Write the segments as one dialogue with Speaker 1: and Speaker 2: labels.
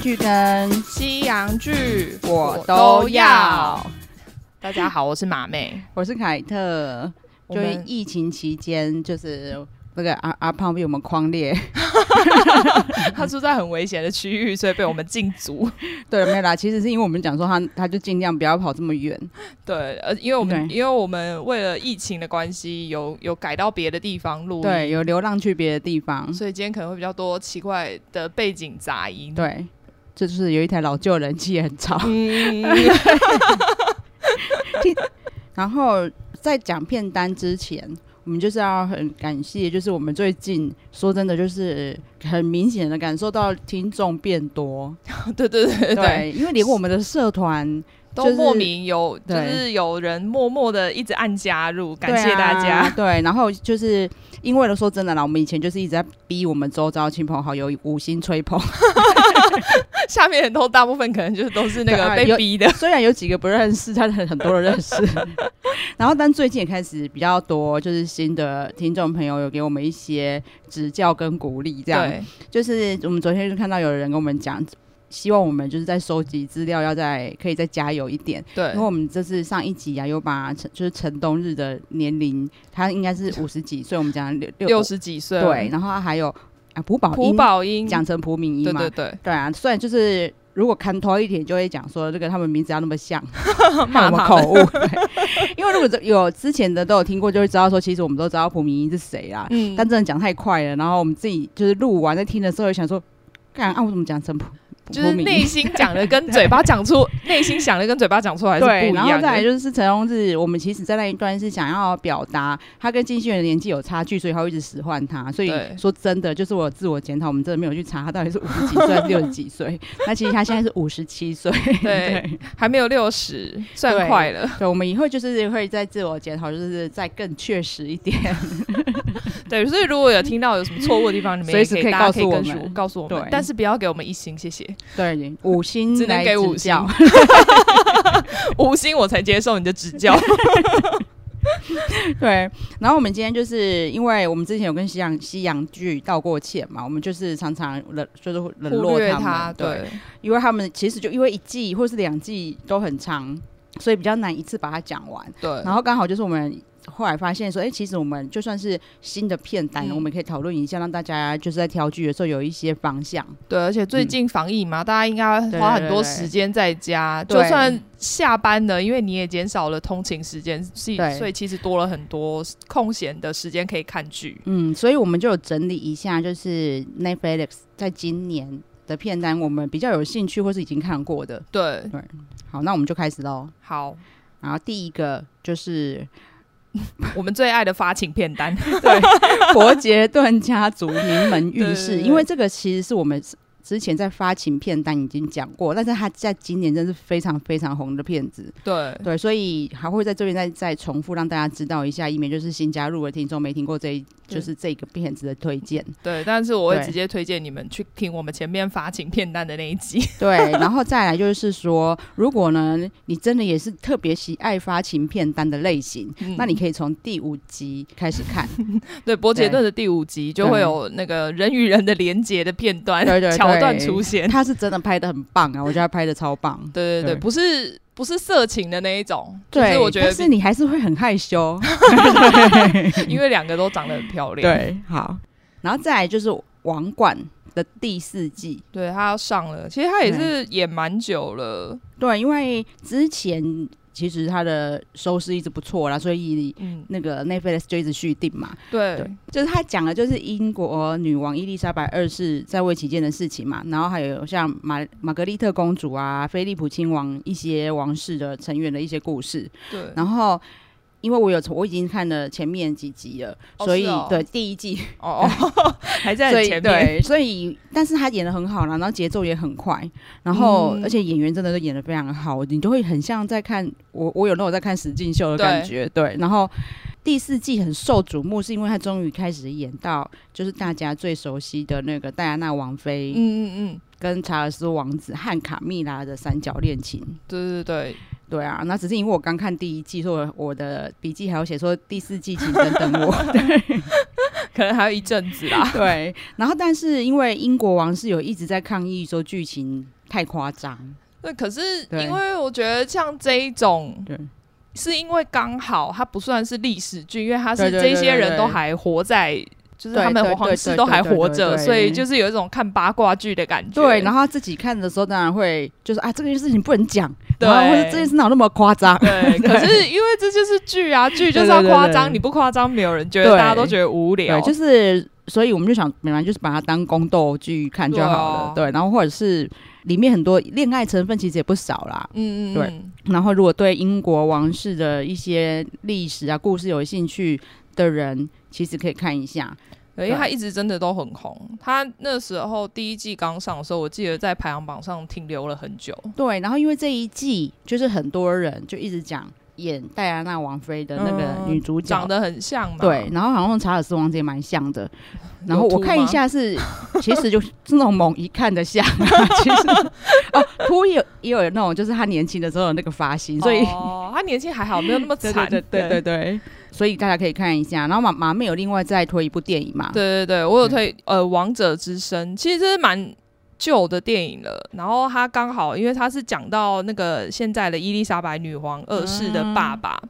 Speaker 1: 剧跟
Speaker 2: 西洋剧
Speaker 1: 我都要。
Speaker 2: 大家好，我是马妹。
Speaker 1: 我是凯特。
Speaker 2: 我
Speaker 1: 就
Speaker 2: 们
Speaker 1: 是疫情期间，就是那个阿阿胖被我们框列，
Speaker 2: 他住在很危险的区域，所以被我们禁 足。
Speaker 1: 对，没有啦。其实是因为我们讲说他，他就尽量不要跑这么远。
Speaker 2: 对，呃，因为我们
Speaker 1: 对
Speaker 2: 因为我们为了疫情的关系，有有改到别的地方录音，
Speaker 1: 对，有流浪去别的地方。
Speaker 2: 所以今天可能会比较多奇怪的背景杂音。
Speaker 1: 对，这就是有一台老旧人气很 吵。
Speaker 2: 嗯，
Speaker 1: 然后在讲片单之前，我们就是要很感谢，就是我们最近说真的，就是很明显的感受到听众变多，
Speaker 2: 对对对对对，
Speaker 1: 对，因为连我们的社团，
Speaker 2: 都
Speaker 1: 就是
Speaker 2: 莫名有，就
Speaker 1: 对
Speaker 2: 是有人默默的一直按加入，感
Speaker 1: 对
Speaker 2: 谢大家。
Speaker 1: 啊，对，然后就是因为了说真的啦，我们以前就是一直在逼我们周遭亲朋好友五星吹捧，
Speaker 2: 下面人都大部分可能就是都是那
Speaker 1: 对
Speaker 2: 个
Speaker 1: 啊
Speaker 2: 被
Speaker 1: 有
Speaker 2: 逼的，
Speaker 1: 虽然有几个不认识，但是很多人认识。 然后，但最近也开始比较多，就是新的听众朋友有给我们一些指教跟鼓励，这样。
Speaker 2: 对
Speaker 1: 就是我们昨天就看到有人跟我们讲，希望我们就是在收集资料，要再可以再加油一点。
Speaker 2: 对
Speaker 1: 因为我们这次上一集啊，有把陈就是陈冬日的年龄，他应该是五十几岁，我们讲六
Speaker 2: 六十几岁，
Speaker 1: 对，，然后他还有啊朴宝
Speaker 2: 朴
Speaker 1: 英
Speaker 2: 宝英，
Speaker 1: 讲成朴敏英
Speaker 2: 对
Speaker 1: 嘛，
Speaker 2: 对对，
Speaker 1: 对啊，虽然就是如果看透一点，就会讲说这个他们名字要那么 像，
Speaker 2: 骂
Speaker 1: 我们
Speaker 2: 他
Speaker 1: 口
Speaker 2: 们
Speaker 1: 误。对 因为如果有之前的都有听过，就会知道说，其实我们都知道朴明英是谁啦。
Speaker 2: 嗯
Speaker 1: 但真的讲太快了，然后我们自己就是录完在听的时候，也想说，干啊，我怎么讲成朴
Speaker 2: 就
Speaker 1: 朴
Speaker 2: 是
Speaker 1: 明
Speaker 2: 内
Speaker 1: 英？
Speaker 2: 心讲的跟嘴巴 讲出，内心想的跟嘴巴讲出来是
Speaker 1: 对，
Speaker 2: 不一
Speaker 1: 然后
Speaker 2: 样
Speaker 1: 再来
Speaker 2: 的。
Speaker 1: 就是陈荣志，我们其实，在那一段是想要表达他跟金星元的年纪有差距，所以他会一直使唤他。所以
Speaker 2: 对
Speaker 1: 说真的，就是我自我检讨，我们真的没有去查他到底是五十几岁还是六十几岁。 那其实他现在是五十七岁，对
Speaker 2: 对，还没有六十，算
Speaker 1: 对
Speaker 2: 快 了。
Speaker 1: 对，我们以后就是会再自我检讨，就是再更确实一点。
Speaker 2: 对，所以如果有听到有什么错误的地方，你们
Speaker 1: 随
Speaker 2: 也
Speaker 1: 时
Speaker 2: 可以
Speaker 1: 可以
Speaker 2: 大家
Speaker 1: 告
Speaker 2: 可
Speaker 1: 诉
Speaker 2: 以
Speaker 1: 我
Speaker 2: 跟
Speaker 1: 们
Speaker 2: 诉告诉我们
Speaker 1: 对，
Speaker 2: 但是不要给我们一星，谢谢。
Speaker 1: 对，五星
Speaker 2: 只能
Speaker 1: 来
Speaker 2: 给
Speaker 1: 指
Speaker 2: 五星
Speaker 1: 教
Speaker 2: 五星我才接受你的指 教。
Speaker 1: 对，然后我们今天就是因为我们之前有跟西洋西洋剧道过歉嘛，我们就是常常冷就是会冷
Speaker 2: 忽
Speaker 1: 落
Speaker 2: 略
Speaker 1: 们，
Speaker 2: 他，
Speaker 1: 对，
Speaker 2: 对
Speaker 1: 因为他们其实就因为一季或是两季都很长，所以比较难一次把它讲完。
Speaker 2: 对
Speaker 1: 然后刚好就是我们后来发现说，哎、其实我们就算是新的片单，
Speaker 2: 嗯
Speaker 1: 我们可以讨论一下，让大家就是在挑剧的时候有一些方向。
Speaker 2: 对，而且最近防疫嘛，大家应该
Speaker 1: 对
Speaker 2: 花很
Speaker 1: 嗯对
Speaker 2: 多
Speaker 1: 对
Speaker 2: 时间在家，
Speaker 1: 对
Speaker 2: 就算下班了，因为你也减少了通勤时间，所以
Speaker 1: 对
Speaker 2: 所以其实多了很多空闲的时间可以看剧。
Speaker 1: 嗯，所以我们就有整理一下，就是 Netflix 在今年的片单，我们比较有兴趣或是已经看过的。
Speaker 2: 对，
Speaker 1: 好，那我们就开始喽。
Speaker 2: 好，
Speaker 1: 然后第一个就是
Speaker 2: 我们最爱的发情片 单，
Speaker 1: 伯杰顿家族名门
Speaker 2: 对对
Speaker 1: 运势，
Speaker 2: 对
Speaker 1: 因为这个其实是我们之前在发情片单已经讲过，但是它在今年真是非常非常红的片子。
Speaker 2: 对
Speaker 1: 对，所以还会在这边再再重复让大家知道一下，以免就是新加入的听众没听过这一
Speaker 2: 对
Speaker 1: 就是这个片子的推荐。
Speaker 2: 对，但是我会
Speaker 1: 对
Speaker 2: 直接推荐你们去听我们前面发情片单的那一集。
Speaker 1: 对，然后再来就是说，如果呢你真的也是特别喜爱发情片单的类型，
Speaker 2: 嗯
Speaker 1: 那你可以从第五集开始看。
Speaker 2: 对伯杰
Speaker 1: 对
Speaker 2: 顿的第五集就会有那个人与人的连接的片段
Speaker 1: 对对对
Speaker 2: 桥段出现。
Speaker 1: 他是真的拍的很棒啊，我觉得他拍的超棒。
Speaker 2: 对对对，
Speaker 1: 对
Speaker 2: 不是不是色情的那一种， 就是
Speaker 1: 对，
Speaker 2: 我觉得
Speaker 1: 但是你还是会很害羞。
Speaker 2: 因为两个都长得很漂亮。
Speaker 1: 对，好，然后再来就是《王冠》的第四季。
Speaker 2: 对，他要上了，其实他也是演蛮久了，
Speaker 1: 对，因为之前其实它的收视一直不错啦，所以
Speaker 2: 嗯，
Speaker 1: 那个 Netflix 就一直续订嘛。
Speaker 2: 对
Speaker 1: 对就是他讲的就是英国女王伊丽莎白二世在位期间的事情嘛，然后还有像玛玛格丽特公主啊、菲利普亲王一些王室的成员的一些故事。
Speaker 2: 对，
Speaker 1: 然后因为我有从我已经看了前面几集了，
Speaker 2: 哦
Speaker 1: 所以、
Speaker 2: 是哦
Speaker 1: 对第一季，
Speaker 2: 哦 哦，还在
Speaker 1: 所
Speaker 2: 很
Speaker 1: 以
Speaker 2: 前面，
Speaker 1: 对，所以但是他演的很好啦，然后节奏也很快，然后、
Speaker 2: 嗯
Speaker 1: 而且演员真的都演的非常好，你就会很像在看我我有那种在看实境秀的感觉，对，然后。第四季很受瞩目，是因为他终于开始演到就是大家最熟悉的那个戴安娜王妃
Speaker 2: 嗯嗯嗯，
Speaker 1: 跟查尔斯王子和卡蜜拉的三角恋情。
Speaker 2: 对对对，
Speaker 1: 对啊，那只是因为我刚看第一季，所以我我的笔记还有写说第四季请等等我。 对
Speaker 2: 可能还有一阵子 啦。
Speaker 1: 对，然后但是因为英国王室有一直在抗议说剧情太夸张，
Speaker 2: 对，可是
Speaker 1: 对
Speaker 2: 因为我觉得像这一种
Speaker 1: 对，
Speaker 2: 是因为刚好它不算是历史剧，因为它是
Speaker 1: 对对对
Speaker 2: 这些人
Speaker 1: 对对
Speaker 2: 都还活在。就是
Speaker 1: 对
Speaker 2: 他
Speaker 1: 对
Speaker 2: 们
Speaker 1: 对
Speaker 2: 皇室
Speaker 1: 对
Speaker 2: 都
Speaker 1: 对
Speaker 2: 还
Speaker 1: 对
Speaker 2: 活
Speaker 1: 对
Speaker 2: 着，
Speaker 1: 对
Speaker 2: 所以就是有一种看八卦剧的感觉。
Speaker 1: 对，然后他自己看的时候当然会就是啊这个事情不能讲，
Speaker 2: 对
Speaker 1: 然后或者这件事哪有那么夸张，
Speaker 2: 对，可是因为这就是剧 啊，剧就是要
Speaker 1: 对对对
Speaker 2: 夸
Speaker 1: 对
Speaker 2: 张，你不夸张，没有人觉得，
Speaker 1: 对
Speaker 2: 大家都觉得无聊。
Speaker 1: 对，就是所以我们就想，本来就是把它当宫斗剧看就好了，
Speaker 2: 对哦
Speaker 1: 对，然后或者是里面很多恋爱成分其实也不少啦，
Speaker 2: 嗯嗯，
Speaker 1: 对
Speaker 2: 嗯，
Speaker 1: 然后，如果对英国王室的一些历史啊、故事有兴趣的人，其实可以看一下。
Speaker 2: 对，因为他一直真的都很红。他那时候第一季刚上的时候，我记得在排行榜上停留了很久。
Speaker 1: 对，然后因为这一季就是很多人就一直讲演戴安娜王妃的那个
Speaker 2: 嗯
Speaker 1: 女主角，
Speaker 2: 长得很像嘛。
Speaker 1: 对，，然后好像跟查尔斯王子也蛮像 的。然后
Speaker 2: 有
Speaker 1: 我
Speaker 2: 秃
Speaker 1: 看一
Speaker 2: 吗
Speaker 1: 下是，其实就是那种猛一看的像、啊，其实哦，秃也有也有那种就是他年轻的时候的那个发型，所以、
Speaker 2: 哦，他年纪还好，没有那么 惨。
Speaker 1: 对对对对，所以大家可以看一下。然后马马妹有另外再推一部电影嘛，
Speaker 2: 对对对，
Speaker 1: 嗯
Speaker 2: 我有推呃《王者之声》，其实这是蛮旧的电影了。然后它刚好，因为它是讲到那个现在的伊丽莎白女王
Speaker 1: 嗯
Speaker 2: 二世的爸爸。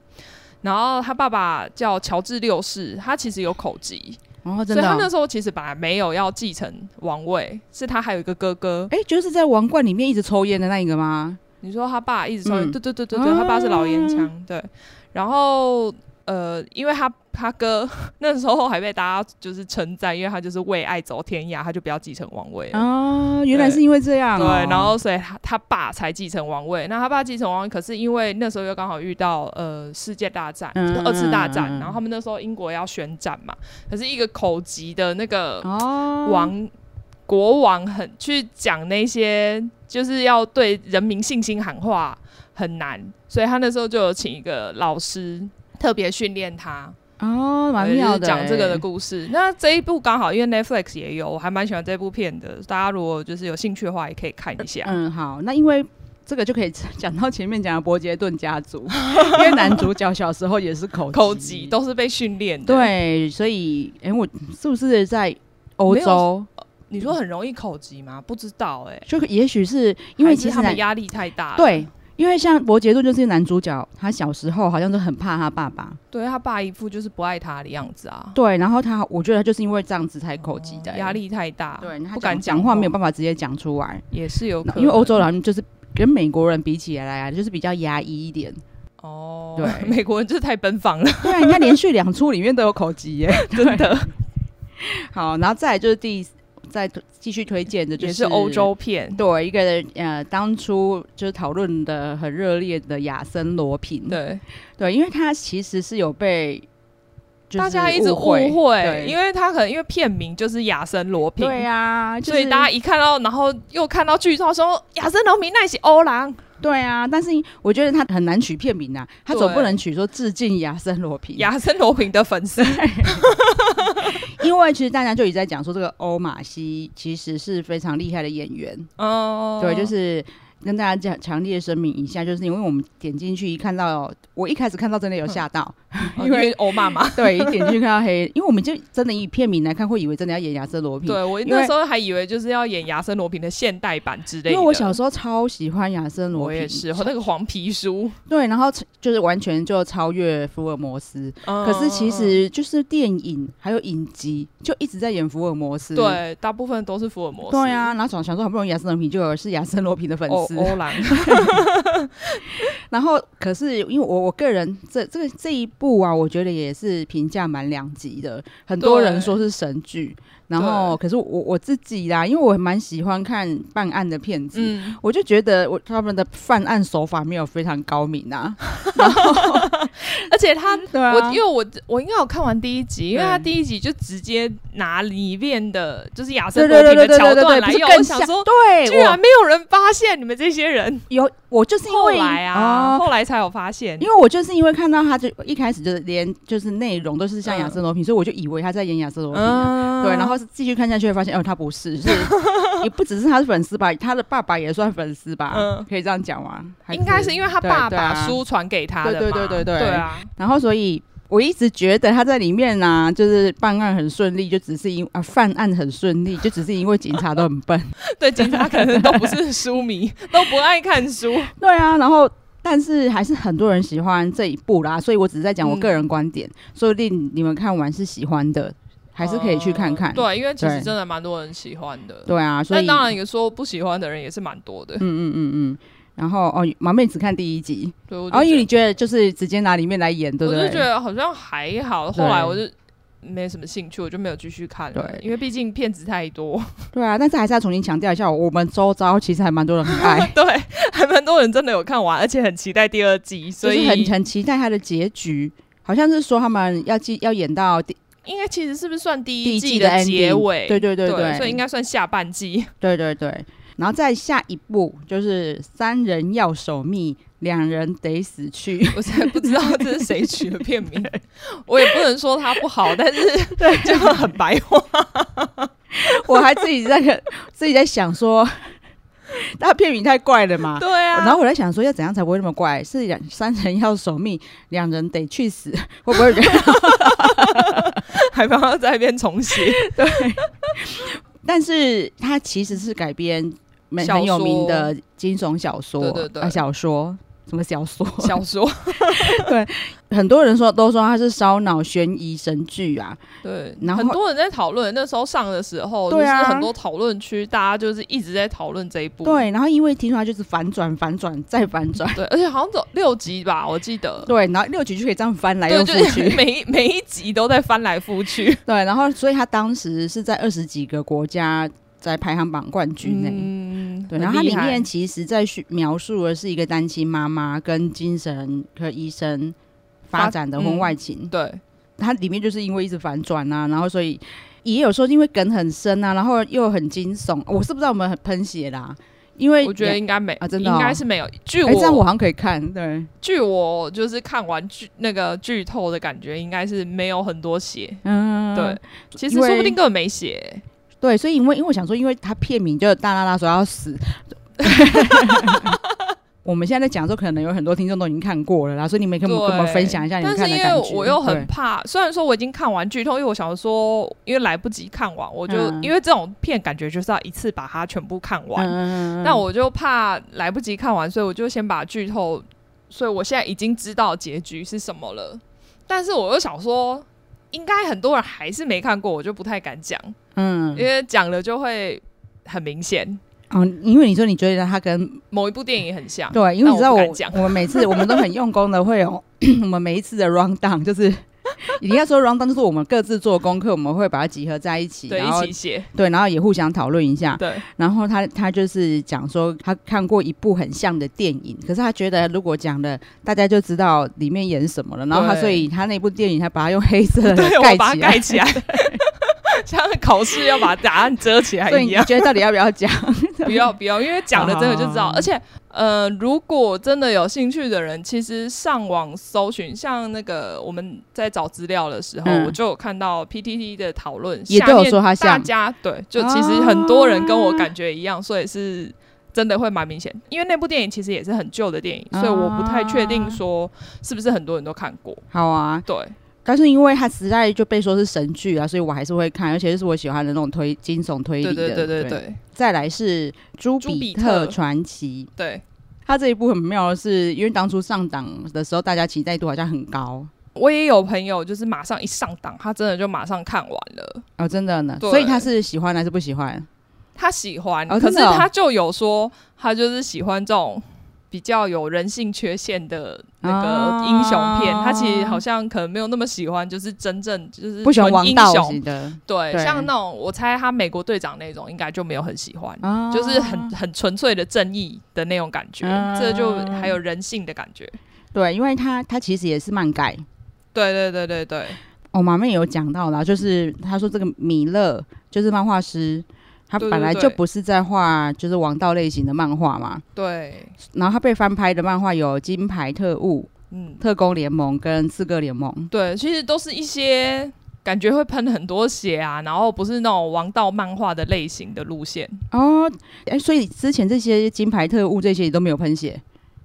Speaker 2: 然后他爸爸叫乔治六世，他其实有口疾，
Speaker 1: 哦，真
Speaker 2: 所以
Speaker 1: 的
Speaker 2: 他
Speaker 1: 哦、
Speaker 2: 那时候其实本来没有要继承王位，是他还有一个哥哥。
Speaker 1: 哎、就是在王冠里面一直抽烟的那一个吗？
Speaker 2: 你说他爸一直抽烟，
Speaker 1: 嗯
Speaker 2: 对对对对对，他爸是老烟枪，对。然后呃，因为他他哥那时候还被大家就是称赞，因为他就是为爱走天涯，他就不要继承王位了。
Speaker 1: 啊，原来是因为这样、
Speaker 2: 对
Speaker 1: 哦。，
Speaker 2: 然后所以他他爸才继承王位。那他爸继承王位，可是因为那时候又刚好遇到呃世界大战，
Speaker 1: 嗯
Speaker 2: 就是二次大战
Speaker 1: 嗯嗯，嗯
Speaker 2: 然后他们那时候英国要宣战嘛，可是一个口疾的那个
Speaker 1: 哦，
Speaker 2: 王国王很去讲那些，就是要对人民信心喊话很难，所以他那时候就有请一个老师特别训练他，
Speaker 1: 哦，蛮
Speaker 2: 对就是
Speaker 1: 妙的、欸
Speaker 2: 讲这个的故事。那这一部刚好因为 Netflix 也有，我还蛮喜欢这部片的，大家如果就是有兴趣的话，也可以看一下。
Speaker 1: 嗯，好，那因为。这个就可以讲到前面讲的伯杰顿家 族，因为男主角小时候也是口
Speaker 2: 口疾都是被训练的，，
Speaker 1: 对，所以哎、诶我是不是在欧
Speaker 2: 没有
Speaker 1: 洲？
Speaker 2: 你说很容易口疾吗？不知道哎、
Speaker 1: 就也许是因为
Speaker 2: 还是
Speaker 1: 其实
Speaker 2: 他们
Speaker 1: 男
Speaker 2: 压力太大了，
Speaker 1: 对，因为像伯杰顿就是男主角，他小时候好像都很怕他爸爸，
Speaker 2: 对他爸一副就是不爱他的样子啊，
Speaker 1: 对，哦然后他我觉得他就是因为这样子才口疾的
Speaker 2: 压力太大，
Speaker 1: 对，他
Speaker 2: 不敢
Speaker 1: 讲
Speaker 2: 讲话
Speaker 1: 话，没有办法直接讲出来，
Speaker 2: 也是有可能，
Speaker 1: 因为欧洲人就是跟美国人比起来啊，就是比较压抑一点。
Speaker 2: 哦，
Speaker 1: 对
Speaker 2: 美国人就是太奔放了，
Speaker 1: 对啊，你看连续两出里面都有口疾 耶，真的。好，然后再来就是第再继续推荐的，就
Speaker 2: 也是欧洲片，
Speaker 1: 对一个呃，当初就是讨论的很热烈的亚森罗平，
Speaker 2: 对，
Speaker 1: 对，因为他其实是有被就是
Speaker 2: 大家一直误
Speaker 1: 会，
Speaker 2: 会
Speaker 1: 对，
Speaker 2: 因为他可能因为片名就是亚森罗平，
Speaker 1: 对啊，就
Speaker 2: 所以
Speaker 1: 是
Speaker 2: 大家一看到，然后又看到剧照说亚森罗平那是欧 郎，
Speaker 1: 对啊，但是我觉得他很难取片名啊，他总不能取说致敬亚森罗平，
Speaker 2: 亚森罗平的粉丝，
Speaker 1: 因为其实大家就一直在讲说这个欧马西其实是非常厉害的演员，
Speaker 2: 哦，
Speaker 1: 对，就是。跟大家讲，强烈声明一下，就是因为我们点进去一看到，我一开始看到真的有吓到，
Speaker 2: 哦
Speaker 1: 因
Speaker 2: 因
Speaker 1: 为
Speaker 2: 为欧妈妈，
Speaker 1: 对，一点进去看到黑，因为我们就真的以片名来看，会以为真的要演亚瑟罗平，
Speaker 2: 对我
Speaker 1: 因为
Speaker 2: 那时候还以为就是要演亚森罗平的现代版之类
Speaker 1: 因
Speaker 2: 的，
Speaker 1: 为我小时候超喜欢亚瑟罗
Speaker 2: 我
Speaker 1: 平，
Speaker 2: 也是，和那个黄皮书，
Speaker 1: 对，然后就是完全就超越福尔摩斯，
Speaker 2: 可
Speaker 1: 可是
Speaker 2: 嗯
Speaker 1: 其实就是电影还有影集就一直在演福尔摩斯，
Speaker 2: 对大部分都是福尔摩斯，
Speaker 1: 对啊，然后想想说好不容易亚森罗平就有是亚森罗平的粉
Speaker 2: 欧
Speaker 1: 丝，
Speaker 2: 欧郎，
Speaker 1: 然后可是因为我我个人这这个这一部啊，我觉得也是评价蛮两极的，很多人说是神
Speaker 2: 嗯
Speaker 1: 剧，然后可是我我自己啦，因为我蛮喜欢看办案的片子。
Speaker 2: 嗯。
Speaker 1: 我 就觉得我他们的犯案手法没有非常高明啊，
Speaker 2: 而且他，
Speaker 1: 对啊，
Speaker 2: 我因为我我应该有看完第一集，因为
Speaker 1: 对
Speaker 2: 他第一集就直接拿里面的就是亚
Speaker 1: 对
Speaker 2: 瑟
Speaker 1: 对对
Speaker 2: 伯廷
Speaker 1: 对
Speaker 2: 的
Speaker 1: 对
Speaker 2: 桥
Speaker 1: 对对，
Speaker 2: 段
Speaker 1: 不
Speaker 2: 来
Speaker 1: 是
Speaker 2: 用，
Speaker 1: 更
Speaker 2: 我想
Speaker 1: 像
Speaker 2: 说，
Speaker 1: 对，
Speaker 2: 居然没有人发现你们这些人，
Speaker 1: 有我就是因
Speaker 2: 后
Speaker 1: 为
Speaker 2: 来啊，
Speaker 1: 哦
Speaker 2: 后来才有发现
Speaker 1: 因。为我就是因为看到他就一开始就是连就是内容都是像亚瑟罗平，所以我就以为他在演亚瑟罗平、啊。
Speaker 2: 嗯
Speaker 1: 对，然后是继续看下去，会发现哦，他不是， 是也不只是他是粉丝吧，他的爸爸也算粉丝吧，
Speaker 2: 嗯
Speaker 1: 可以这样讲吗？还
Speaker 2: 应该是因为他
Speaker 1: 对
Speaker 2: 爸
Speaker 1: 对
Speaker 2: 把
Speaker 1: 啊
Speaker 2: 书传给他的嘛，
Speaker 1: 对对对对
Speaker 2: 对，
Speaker 1: 对
Speaker 2: 啊，
Speaker 1: 然后所以我一直觉得他在里面呢、啊，就是办案很顺利，就只是因啊犯案很顺利，就只是因为警察都很 笨。
Speaker 2: 对，警察可能都不是 书迷，都不爱看书，
Speaker 1: 对啊，然后但是还是很多人喜欢这一部啦，所以我只是在
Speaker 2: 嗯
Speaker 1: 讲我个人观点，说不定你们看完是喜欢的，还是可以去看看。
Speaker 2: 嗯对，因为其实
Speaker 1: 对
Speaker 2: 真的蛮多人喜欢的，
Speaker 1: 对啊，所
Speaker 2: 但
Speaker 1: 以
Speaker 2: 当然也说不喜欢的人也是蛮多的
Speaker 1: 嗯。嗯嗯嗯，然后哦，马妹只看第一集，
Speaker 2: 对，我
Speaker 1: 然
Speaker 2: 就
Speaker 1: 后
Speaker 2: 觉
Speaker 1: 因为
Speaker 2: 得
Speaker 1: 你觉得就是直接拿里面来演，对不
Speaker 2: 我
Speaker 1: 对
Speaker 2: 就觉？得好像还好，后来
Speaker 1: 对
Speaker 2: 我就。没什么兴趣，我就没有继续看了。
Speaker 1: 对
Speaker 2: 因为毕竟骗子太多，，
Speaker 1: 对啊，但是还是要重新强调一下，我们周遭其实还蛮多人很爱
Speaker 2: 对，还蛮多人真的有看完，而且很期待第二季，
Speaker 1: 就
Speaker 2: 所以
Speaker 1: 是很很期待他的结局。好像是说他们要记要演到第
Speaker 2: 应该其实是不是算第
Speaker 1: 第一
Speaker 2: 季
Speaker 1: 季的 ending，
Speaker 2: 结尾？
Speaker 1: 对对对
Speaker 2: 哎对，
Speaker 1: 对，
Speaker 2: 所以应该算下 半季。
Speaker 1: 对对对，然后再下一步就是三人要守密，两人得死去。
Speaker 2: 我才不知道这是谁取的片名，我也不能说它不好，但是 就很白话。
Speaker 1: 我还自己在看自己在想说，那片名太怪了嘛。
Speaker 2: 对啊，
Speaker 1: 然后我在想说，要怎样才不会那么怪？是两三人要守密，两人得去死，会不会觉得？
Speaker 2: 还帮他在那边重写，
Speaker 1: 但是它其实是改编蛮
Speaker 2: 小
Speaker 1: 很有名
Speaker 2: 说
Speaker 1: 的惊悚小说，
Speaker 2: 对对对
Speaker 1: 啊小说什么 小说？
Speaker 2: 小说
Speaker 1: 很多人说都说它是烧脑悬疑神剧啊，
Speaker 2: 对，
Speaker 1: 然后
Speaker 2: 很多人在讨论，那时候上的时候，
Speaker 1: 对啊
Speaker 2: 就是很多讨论区，大家就是一直在讨论这一部，
Speaker 1: 对。然后因为听说它就是反转、反转再反 转，
Speaker 2: 对，而且好像走六集吧，我记得，
Speaker 1: 对，然后六局就可以这样翻来又
Speaker 2: 对，
Speaker 1: 复
Speaker 2: 就是
Speaker 1: 去。
Speaker 2: 每一每一集都在翻来 覆去，
Speaker 1: 对，然后所以他当时是在二十几个国家在排行榜冠军内。
Speaker 2: 嗯，
Speaker 1: 对，
Speaker 2: 很
Speaker 1: 然后它
Speaker 2: 厉
Speaker 1: 里
Speaker 2: 害
Speaker 1: 面其实在叙描述的是一个单亲妈妈跟精神科医生发
Speaker 2: 发
Speaker 1: 展的
Speaker 2: 嗯
Speaker 1: 婚外情。
Speaker 2: 对
Speaker 1: 它里面就是因为一直反转啊，然后所以也有说因为梗很深啊，然后又很惊悚。我是不知道我们很喷血啦，因为
Speaker 2: 我觉得应该没
Speaker 1: 啊真的哦
Speaker 2: 应该是没有。据
Speaker 1: 哎、这样我
Speaker 2: 我
Speaker 1: 好像可以看，对，
Speaker 2: 据我就是看完剧那个剧透的感觉，应该是没有很多血。
Speaker 1: 嗯，
Speaker 2: 对，其实
Speaker 1: 因为
Speaker 2: 说不定根本没写。
Speaker 1: 对，所以因为因为我想说，因为他片名就是大拉拉说要死。 我们现在在讲的时候，可能有很多听众都已经看过了啦，所以你们可不可以跟我们
Speaker 2: 对
Speaker 1: 分享一下你们看
Speaker 2: 但是
Speaker 1: 的
Speaker 2: 因
Speaker 1: 感
Speaker 2: 为
Speaker 1: 觉？
Speaker 2: 我又很
Speaker 1: 对
Speaker 2: 怕，虽然说我已经看完剧透，因为我想说，因为来不及看完，我就、
Speaker 1: 嗯
Speaker 2: 因为这种片感觉就是要一次把它全部看完。
Speaker 1: 嗯
Speaker 2: 那我就怕来不及看完，所以我就先把剧透。所以我现在已经知道结局是什么了，但是我又想说，应该很多人还是没看过，我就不太敢讲，
Speaker 1: 嗯
Speaker 2: 因为讲了就会很明显，
Speaker 1: 嗯，因为你说你觉得他跟
Speaker 2: 某一部电影很像。
Speaker 1: 对，因为
Speaker 2: 但
Speaker 1: 你知道
Speaker 2: 啊我
Speaker 1: 我
Speaker 2: 不敢讲
Speaker 1: 我们每次我们都很用功的，会有我们每一次的 round down 就是。 一定要说 round down 就是我们各自做功课，我们会把它集合在一起，
Speaker 2: 对，
Speaker 1: 然后啊
Speaker 2: 一起写，
Speaker 1: 对，然后也互相讨论一下。
Speaker 2: 对，
Speaker 1: 然后他他就是讲说，他看过一部很像的电影，可是他觉得如果讲了，大家就知道里面演什么了。然后他
Speaker 2: 对
Speaker 1: 所以他那部电影，他把它用黑色的
Speaker 2: 对我
Speaker 1: 盖
Speaker 2: 把它
Speaker 1: 起来
Speaker 2: 盖。起来， 像考试要把答案遮起来
Speaker 1: 所以
Speaker 2: 一
Speaker 1: 你
Speaker 2: 样。
Speaker 1: 觉得到底要不要讲？
Speaker 2: 不要不要，因为讲了真的就知道
Speaker 1: 好。
Speaker 2: 而且，呃，如果真的有兴趣的人，其实上网搜寻，像那个我们在找资料的时候，
Speaker 1: 嗯
Speaker 2: 我就有看到 PTT 的讨论，
Speaker 1: 也
Speaker 2: 下
Speaker 1: 都有
Speaker 2: 面
Speaker 1: 说它
Speaker 2: 大
Speaker 1: 像哦
Speaker 2: 家对，就其实很多人跟我感觉一样，所以是。真的会蛮明显，因为那部电影其实也是很旧的电影，所以我不太确
Speaker 1: 哦
Speaker 2: 定说是不是很多人都看过。
Speaker 1: 好啊，
Speaker 2: 对，
Speaker 1: 但是因为他实在就被说是神剧啊，所以我还是会看，而且就是我喜欢的那种推惊悚推理
Speaker 2: 对
Speaker 1: 的。
Speaker 2: 对对对对
Speaker 1: 再来是《朱
Speaker 2: 朱比
Speaker 1: 比特
Speaker 2: 特
Speaker 1: 传奇》，
Speaker 2: 对，
Speaker 1: 它这一部很妙的是，因为当初上档的时候，大家期待度好像很高
Speaker 2: 我也有朋友就是马上一上档，他真的就马上看完了。
Speaker 1: 哦，真的呢。
Speaker 2: 对
Speaker 1: 所以他是喜欢还是不喜欢？
Speaker 2: 他喜欢，
Speaker 1: 哦
Speaker 2: 可
Speaker 1: 真
Speaker 2: 是
Speaker 1: 的哦
Speaker 2: 他就有说，他就是喜欢这种比较有人性缺陷的那个英雄片。
Speaker 1: 啊
Speaker 2: 他其实好像可能没有那么喜欢，就是真正就是
Speaker 1: 不喜欢
Speaker 2: 纯
Speaker 1: 王
Speaker 2: 英
Speaker 1: 道
Speaker 2: 雄
Speaker 1: 型。的
Speaker 2: 对，
Speaker 1: 对
Speaker 2: 像那种我猜他美国队长那种，应该就没有很喜欢，
Speaker 1: 啊
Speaker 2: 就是很很纯粹的正义的那种感觉，
Speaker 1: 啊
Speaker 2: 这就还有人性的感觉。
Speaker 1: 对，因为他他其实也是漫改。
Speaker 2: 对对对对对，
Speaker 1: 我妈妹有讲到啦，就是他说这个米勒就是漫画师，他
Speaker 2: 对对
Speaker 1: 本来
Speaker 2: 对
Speaker 1: 就不是在画就是王道类型的漫画嘛，
Speaker 2: 对，
Speaker 1: 然后他被翻拍的漫画有《金牌特务》
Speaker 2: 嗯，
Speaker 1: 《特工联盟》跟《刺客联盟》。
Speaker 2: 对，其实都是一些感觉会喷很多血啊，然后不是那种王道漫画的类型的路线，
Speaker 1: 哦，哎，所以之前这些《金牌特务》这些也都没有喷血。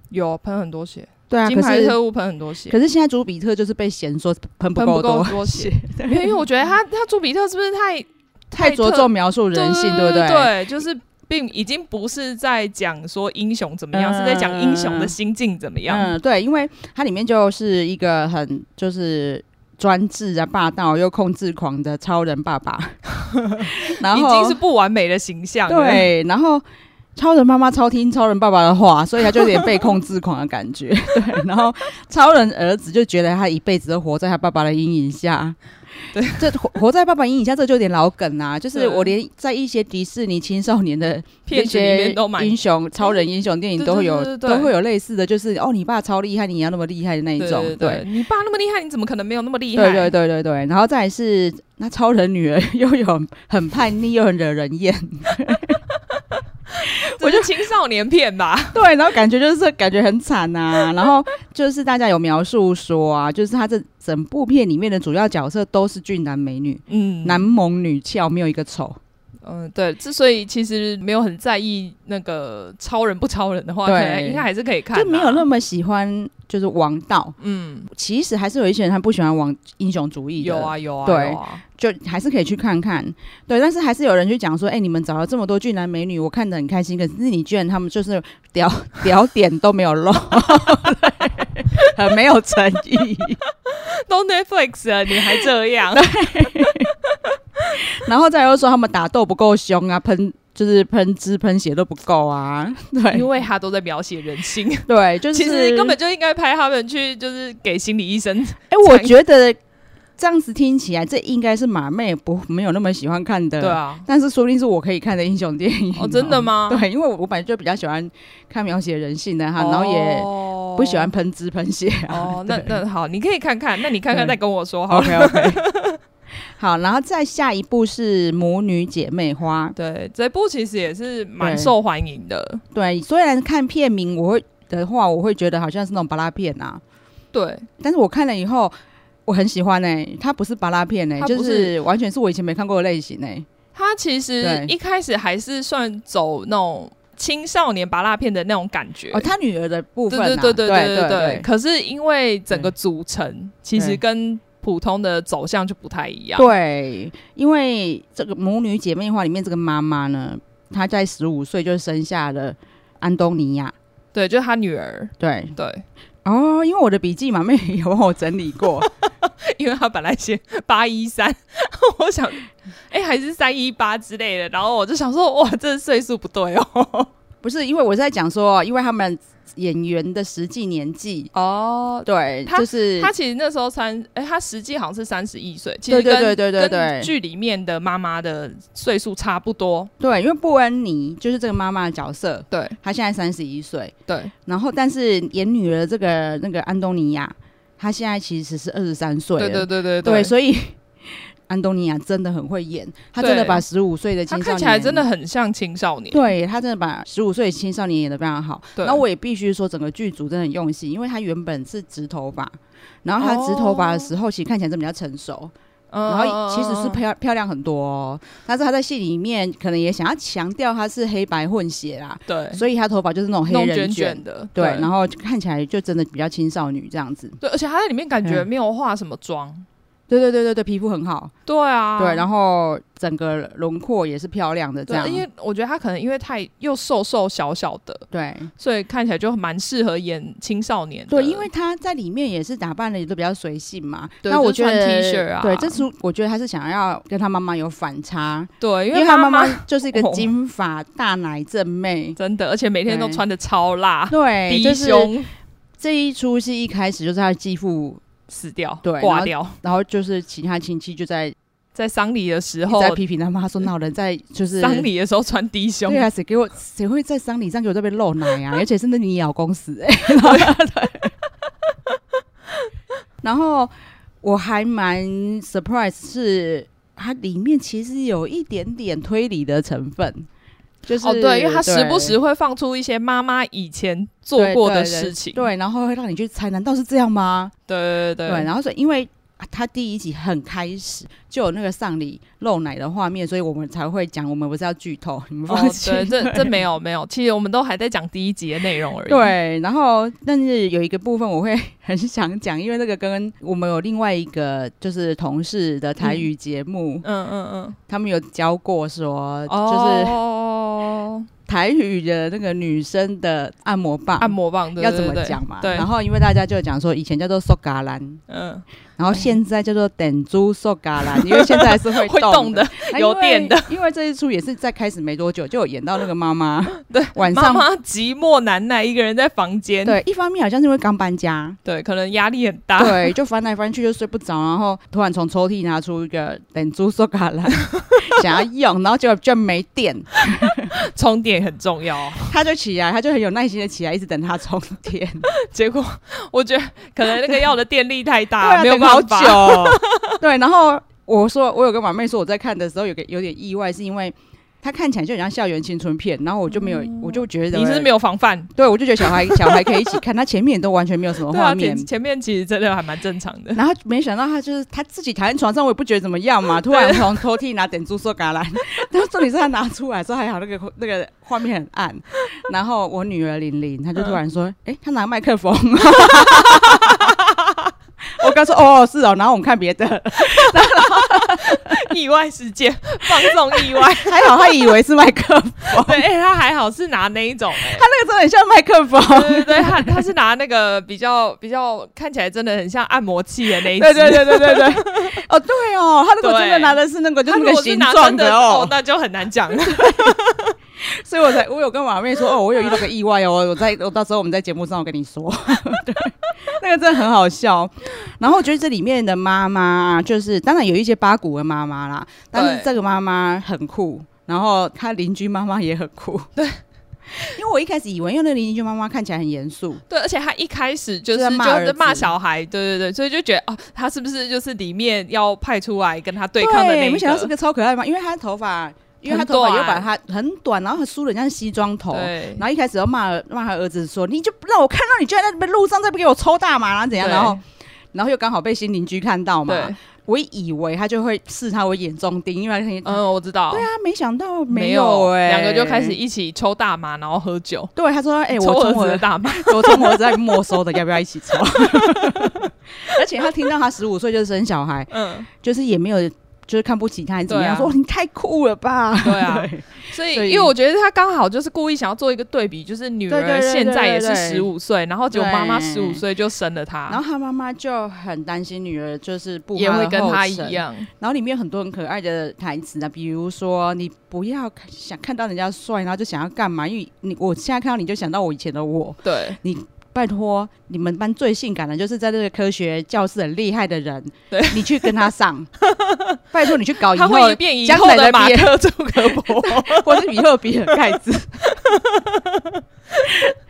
Speaker 2: 有喷很多血，
Speaker 1: 对啊，
Speaker 2: 金
Speaker 1: 可
Speaker 2: 牌
Speaker 1: 是
Speaker 2: 特务喷很多血，
Speaker 1: 可是现在朱比特就是被嫌说喷不
Speaker 2: 喷
Speaker 1: 够
Speaker 2: 不够
Speaker 1: 多，
Speaker 2: 多 血，因为因为我觉得他他朱比特是不是太
Speaker 1: 太着
Speaker 2: 特
Speaker 1: 重描述人性，对
Speaker 2: 对
Speaker 1: 不对？
Speaker 2: 对，就是。并已经不是在讲说英雄怎么样，是在讲英雄的心境怎么样。
Speaker 1: 嗯，对，因为它里面就是一个很就是专制啊、霸道又控制狂的超人爸爸，然
Speaker 2: 已
Speaker 1: 后
Speaker 2: 经是不完美的形象了。
Speaker 1: 对，然后超人妈妈超听超人爸爸的话，所以他就有点被控制狂的感觉。 对，然后超人儿子就觉得他一辈子都活在他爸爸的阴影下。
Speaker 2: 对，
Speaker 1: 这活活在爸爸阴影下，这就有点老梗啊。就是
Speaker 2: 对
Speaker 1: 我连在一些迪士尼青少年的 那
Speaker 2: 片子里
Speaker 1: 些
Speaker 2: 面都蛮
Speaker 1: 英雄、超人英雄电影
Speaker 2: 对
Speaker 1: 都会有
Speaker 2: 对对对对
Speaker 1: 都会有类似的，就是哦，你爸超厉害，你也要那么厉害的那一
Speaker 2: 对
Speaker 1: 种。
Speaker 2: 对对，你爸那么厉害，你怎么可能没有那么厉害？
Speaker 1: 对对对对对，然后再来是那超人女儿 又有很叛逆又很惹人厌，
Speaker 2: 我就青少年 片吧。
Speaker 1: 对，然后感觉就是感觉很惨 呐、然后就是大家有描述说啊，就是他这整部片里面的主要角色都是俊男美女，
Speaker 2: 嗯
Speaker 1: 男萌女俏，没有一个丑。
Speaker 2: 嗯，对，之所以其实没有很在意那个超人不超人的话，
Speaker 1: 对
Speaker 2: 可能应该还是可以看啊、
Speaker 1: 就没有那么喜欢就是王道。
Speaker 2: 嗯，
Speaker 1: 其实还是有一些人他不喜欢王英雄主义的，
Speaker 2: 有，啊有啊，
Speaker 1: 对
Speaker 2: 有啊
Speaker 1: 就还是可以去看看。对，但是还是有人去讲说，哎、你们找了这么多俊男美女，我看得很开心，可是你居然他们就是屌屌点都没有露， 对很没有诚意。
Speaker 2: 都 Netflix 了，你还这样？
Speaker 1: 然后再又说他们打斗不够凶啊，喷就是喷汁喷血都不够啊， 对
Speaker 2: 因为他都在描写人性，
Speaker 1: 对，就是
Speaker 2: 其实根本就应该拍他们去，就是给心理 医生。
Speaker 1: 哎、我觉得这样子听起来，这应该是马妹不没有那么喜欢看的，
Speaker 2: 对啊，
Speaker 1: 但是说不定是我可以看的英雄电影、
Speaker 2: 哦，真的？吗？
Speaker 1: 嗯对，因为我我本来就比较喜欢看描写人性的哈，然后也
Speaker 2: 也
Speaker 1: 不喜欢。喷汁喷血啊。
Speaker 2: 哦， 那那好，你可以看看，那你看看
Speaker 1: 对
Speaker 2: 再跟我说哦好了。
Speaker 1: OK OK，好， 然后再下一步是母女姐妹花。
Speaker 2: 对，这部其实也是蛮
Speaker 1: 对
Speaker 2: 受欢迎的。
Speaker 1: 对，虽然看片名我会的话，我会觉得好像是那种巴拉片啊，
Speaker 2: 对，
Speaker 1: 但是我看了以后，我很喜欢哎、它不是巴拉片哎、
Speaker 2: 它
Speaker 1: 就
Speaker 2: 不
Speaker 1: 是完全是我以前没看过的类型哎、
Speaker 2: 它其实
Speaker 1: 对
Speaker 2: 一开始还是算走那种青少年拔蜡片的那种感觉。
Speaker 1: 哦，他女儿的部
Speaker 2: 对
Speaker 1: 分、啊，
Speaker 2: 对对对
Speaker 1: 对嗯
Speaker 2: 对对对。可是因为整个组成其实
Speaker 1: 对
Speaker 2: 跟普通的走向就不太一样。
Speaker 1: 对因为这个母女姐妹花里面这个妈妈呢，她在十五岁就生下了安东尼亚。
Speaker 2: 对，就是他女儿。
Speaker 1: 对
Speaker 2: 对，
Speaker 1: 哦，因为我的笔记嘛，妹有帮我整理过，
Speaker 2: 因为他本来写八一三，我想，哎、还是三一八之类的，然后我就想说，哇，这岁数不对哦。
Speaker 1: 不是因为我是在讲说，因为他们演员的实际年纪，
Speaker 2: 哦，
Speaker 1: 对，
Speaker 2: 她
Speaker 1: 就是
Speaker 2: 他其实那时候三，哎、他实际好像是三十一岁，其
Speaker 1: 对
Speaker 2: 实
Speaker 1: 对
Speaker 2: 跟
Speaker 1: 对对对对
Speaker 2: 跟剧里面的妈妈的岁数差不多。
Speaker 1: 对，因为布恩妮就是这个妈妈的角色，
Speaker 2: 对
Speaker 1: 她现在三十一岁，
Speaker 2: 对
Speaker 1: 然后但是演女儿这个那个安东尼亚，她现在其实是二十三岁了，
Speaker 2: 对对对对
Speaker 1: 对所以安东尼亚真的很会演，她真的
Speaker 2: 对
Speaker 1: 把十五岁的青
Speaker 2: 他
Speaker 1: 少年
Speaker 2: 看起来真的。很像青少年。
Speaker 1: 对她真的把十五岁的青少年演的非常好，
Speaker 2: 对
Speaker 1: 然后我也必须说整个剧组真的很用心，因为她原本是直头发，然后她直头发的时候其实看起来真的比较成熟，
Speaker 2: 嗯，
Speaker 1: 然后其实是
Speaker 2: 配
Speaker 1: 漂漂亮很多、哦，但是她在戏里面可能也想要强调她是黑白混血啦，
Speaker 2: 对
Speaker 1: 所以她头发就是那种黑
Speaker 2: 弄
Speaker 1: 人
Speaker 2: 卷卷的，
Speaker 1: 对，
Speaker 2: 然
Speaker 1: 然
Speaker 2: 后
Speaker 1: 后就看起来就真的比较青少女这样子。
Speaker 2: 对，而且他在里面感觉
Speaker 1: 嗯
Speaker 2: 没有化什么妆。
Speaker 1: 对对对对对，皮肤很好，
Speaker 2: 对啊，
Speaker 1: 对，然
Speaker 2: 后。
Speaker 1: 后整个轮廓也是漂亮的这样
Speaker 2: 对，。因为我觉得他可能因为太又瘦瘦小小的，
Speaker 1: 对
Speaker 2: 所以看起来就蛮适合演青少年的。
Speaker 1: 对，因为她在里面也是打扮的也都比较随性嘛。
Speaker 2: 对
Speaker 1: 那
Speaker 2: 就
Speaker 1: 我觉
Speaker 2: 穿
Speaker 1: 得
Speaker 2: T 恤啊
Speaker 1: 对，这是我觉得她是想要跟她妈妈有反差，
Speaker 2: 对，因
Speaker 1: 因为她
Speaker 2: 他
Speaker 1: 妈
Speaker 2: 妈
Speaker 1: 妈就是一个
Speaker 2: 哦
Speaker 1: 金发大奶正妹。
Speaker 2: 真的，而且每天都
Speaker 1: 对
Speaker 2: 穿的超辣，
Speaker 1: 对，就
Speaker 2: 啊低
Speaker 1: 是
Speaker 2: 胸
Speaker 1: 这一出戏一开始就是她的继父，
Speaker 2: 死掉，
Speaker 1: 对然
Speaker 2: 挂
Speaker 1: 后
Speaker 2: 掉，
Speaker 1: 然后就是其他亲戚就在一
Speaker 2: 在丧礼的时
Speaker 1: 直
Speaker 2: 候
Speaker 1: 在批评他妈说，那人在就是
Speaker 2: 哦呃丧礼的时候穿低胸
Speaker 1: 对，啊，谁给我 欸谁会在丧礼上给我这边露奶啊？而且是那你老公死哎、然后我还蛮 surprise 是它里面其实有一点点推理的成分，就是
Speaker 2: 哦，对，因为他时不时会放出一些妈妈以前做
Speaker 1: 对
Speaker 2: 过
Speaker 1: 对
Speaker 2: 的
Speaker 1: 对
Speaker 2: 事情，
Speaker 1: 对，然后会让你去猜，难道是这样吗？
Speaker 2: 对对对
Speaker 1: 对，然后所以因为。他第一集很开始就有那个丧礼露奶的画面，所以我们才会讲，我们不是要剧透，你们
Speaker 2: 哦
Speaker 1: 放心。
Speaker 2: 对，这这没有没有，其实我们都还在讲第一集的内容而已。
Speaker 1: 对，然后但是有一个部分我会 很想讲，因为那个跟我们有另外一个就是同事的台语节目，
Speaker 2: 嗯嗯
Speaker 1: 他们有教过说，
Speaker 2: 嗯，
Speaker 1: 呃就是
Speaker 2: 哦，
Speaker 1: 台语的那个女生的按摩棒，
Speaker 2: 按摩棒对
Speaker 1: 要
Speaker 2: 对
Speaker 1: 怎么
Speaker 2: 对
Speaker 1: 讲嘛？
Speaker 2: 对，
Speaker 1: 然后因为大家就讲说，以前叫做 s o g a 兰，
Speaker 2: 嗯，
Speaker 1: 然后现在叫做等珠 s o g a 兰，因为现在是会
Speaker 2: 会动
Speaker 1: 动
Speaker 2: 的。
Speaker 1: 那
Speaker 2: 有
Speaker 1: 因为
Speaker 2: 电的。
Speaker 1: 因为这一出也是在开始没多久就有演到那个妈妈
Speaker 2: 对
Speaker 1: 晚
Speaker 2: 妈
Speaker 1: 上。
Speaker 2: 妈寂寞难耐，一个人在房间，
Speaker 1: 对，一方面好像是因为刚搬家，
Speaker 2: 对，可能压力很大。
Speaker 1: 对，就翻来翻去就睡不着，然后突然从抽屉拿出一个等珠手卡来， 想要用，然后结果居然没电，
Speaker 2: 充电很重要 哦。
Speaker 1: 他就起来，他就很有耐心的起来，一直等它充电，
Speaker 2: 结果我觉得可能那个药的电力太
Speaker 1: 对
Speaker 2: 大，
Speaker 1: 啊
Speaker 2: 没有
Speaker 1: 等好
Speaker 2: 办法。
Speaker 1: 久， 对，然后我说我有跟马妹说我在看的时候有个有点意外，是因为。它看起来就很像校园青春片，然后我就没有，我就觉得
Speaker 2: 哦你是没有防范，
Speaker 1: 对，我就觉得小孩小孩可以一起看，他前面都完全没有什么
Speaker 2: 对
Speaker 1: 画
Speaker 2: 啊，
Speaker 1: 面
Speaker 2: 前，前面其实真的还蛮正常的。
Speaker 1: 然后没想到他就是他自己躺在床上，我也不觉得怎么样 嘛。突然从抽屉拿点珠说 嘎啦，然后重点是他拿出来的时候还好，那个 那个画面很暗。然后我女儿玲玲，她就突然说：“
Speaker 2: 嗯
Speaker 1: 哎、她拿麦克风。” 我刚说：“哦，是哦。”然后我们看别的，
Speaker 2: 意外事件，放纵意 外。
Speaker 1: 还好她以为是麦克 风，
Speaker 2: 对，哎、他还好是拿那一种、哎
Speaker 1: 她那个真的很像麦克风。
Speaker 2: 对对 对，他他是拿那个比较比较看起来真的很像按摩器的那一只。
Speaker 1: 对对对对对对，哦对哦，她如果真的拿的是那个，就
Speaker 2: 他
Speaker 1: 是
Speaker 2: 如
Speaker 1: 那个
Speaker 2: 果是
Speaker 1: 形
Speaker 2: 拿
Speaker 1: 状
Speaker 2: 真的
Speaker 1: 哦
Speaker 2: 哦，，那就很难讲了。
Speaker 1: 所以我才我有跟马妹说，哦，我有遇到个意外哦，我在我到时候我们在节目上我跟你说， 对，那个真的很好笑。然后我觉得这里面的妈妈，就是当然有一些八股的妈妈啦，但是
Speaker 2: 对
Speaker 1: 这个妈妈很酷，然后她邻居妈妈也很酷，对。 因为我一开始以为，因为那个邻居妈妈看起来很严肃，
Speaker 2: 对，而且他一开始就是
Speaker 1: 就在骂
Speaker 2: 就
Speaker 1: 儿
Speaker 2: 是
Speaker 1: 子
Speaker 2: 骂小孩，对对对，所以就觉得哦，他是不是就是里面要派出来跟他对
Speaker 1: 对，
Speaker 2: 抗的那一
Speaker 1: 没想到是
Speaker 2: 个？
Speaker 1: 个超可爱嘛，因为她的头发，因为她
Speaker 2: 很
Speaker 1: 头发又
Speaker 2: 短
Speaker 1: 把她很短，然后梳的像西装头，
Speaker 2: 对，
Speaker 1: 然后一开始要骂骂他儿子说，你就不让我看到你居然在那边路上在不给我抽大麻，然后怎样？
Speaker 2: 对
Speaker 1: 然后然后又刚好被新邻居看到嘛
Speaker 2: 对，，
Speaker 1: 我以为他就会视他为眼中钉，因为他很、嗯、
Speaker 2: 嗯，我知道，
Speaker 1: 对啊，没想到
Speaker 2: 没
Speaker 1: 有哎、
Speaker 2: 两个就开始一起抽大麻，然后喝酒，
Speaker 1: 对他说，哎、
Speaker 2: 抽
Speaker 1: 我
Speaker 2: 儿
Speaker 1: 从
Speaker 2: 子
Speaker 1: 我
Speaker 2: 的
Speaker 1: 的
Speaker 2: 大麻，
Speaker 1: 我从我儿子在没收的，要不要一起抽？ 而且他听到他十五岁就生小孩，
Speaker 2: 嗯，
Speaker 1: 就是也没有就是看不起他，还是怎么样？
Speaker 2: 对啊
Speaker 1: 说你太酷了吧？
Speaker 2: 对啊所以
Speaker 1: 所以
Speaker 2: 因为我觉得他刚好就是故意想要做一个对比，就是女
Speaker 1: 对对对
Speaker 2: 儿
Speaker 1: 对
Speaker 2: 现在也
Speaker 1: 对
Speaker 2: 是
Speaker 1: 对
Speaker 2: 十五岁，然后结果妈妈
Speaker 1: 对
Speaker 2: 十五岁就生了他，
Speaker 1: 然后他妈妈就很担心女儿就是不
Speaker 2: 也会跟
Speaker 1: 他
Speaker 2: 他一样，
Speaker 1: 然后里面有很多很可爱的台词啊，比如说你不要看想看到人家帅，然后就想要干嘛？因为你我现在看到你就想到我以前的我。
Speaker 2: 对
Speaker 1: 拜托，你们班最性感的就是在这个科学教室很厉害的人，
Speaker 2: 对
Speaker 1: 你去跟他 上。拜托你去哦搞以
Speaker 2: 他
Speaker 1: 后，
Speaker 2: 会变以
Speaker 1: 将
Speaker 2: 后
Speaker 1: 来
Speaker 2: 的
Speaker 1: 的
Speaker 2: 马
Speaker 1: 别
Speaker 2: 克朱克伯，
Speaker 1: 或是以后比尔盖 茨。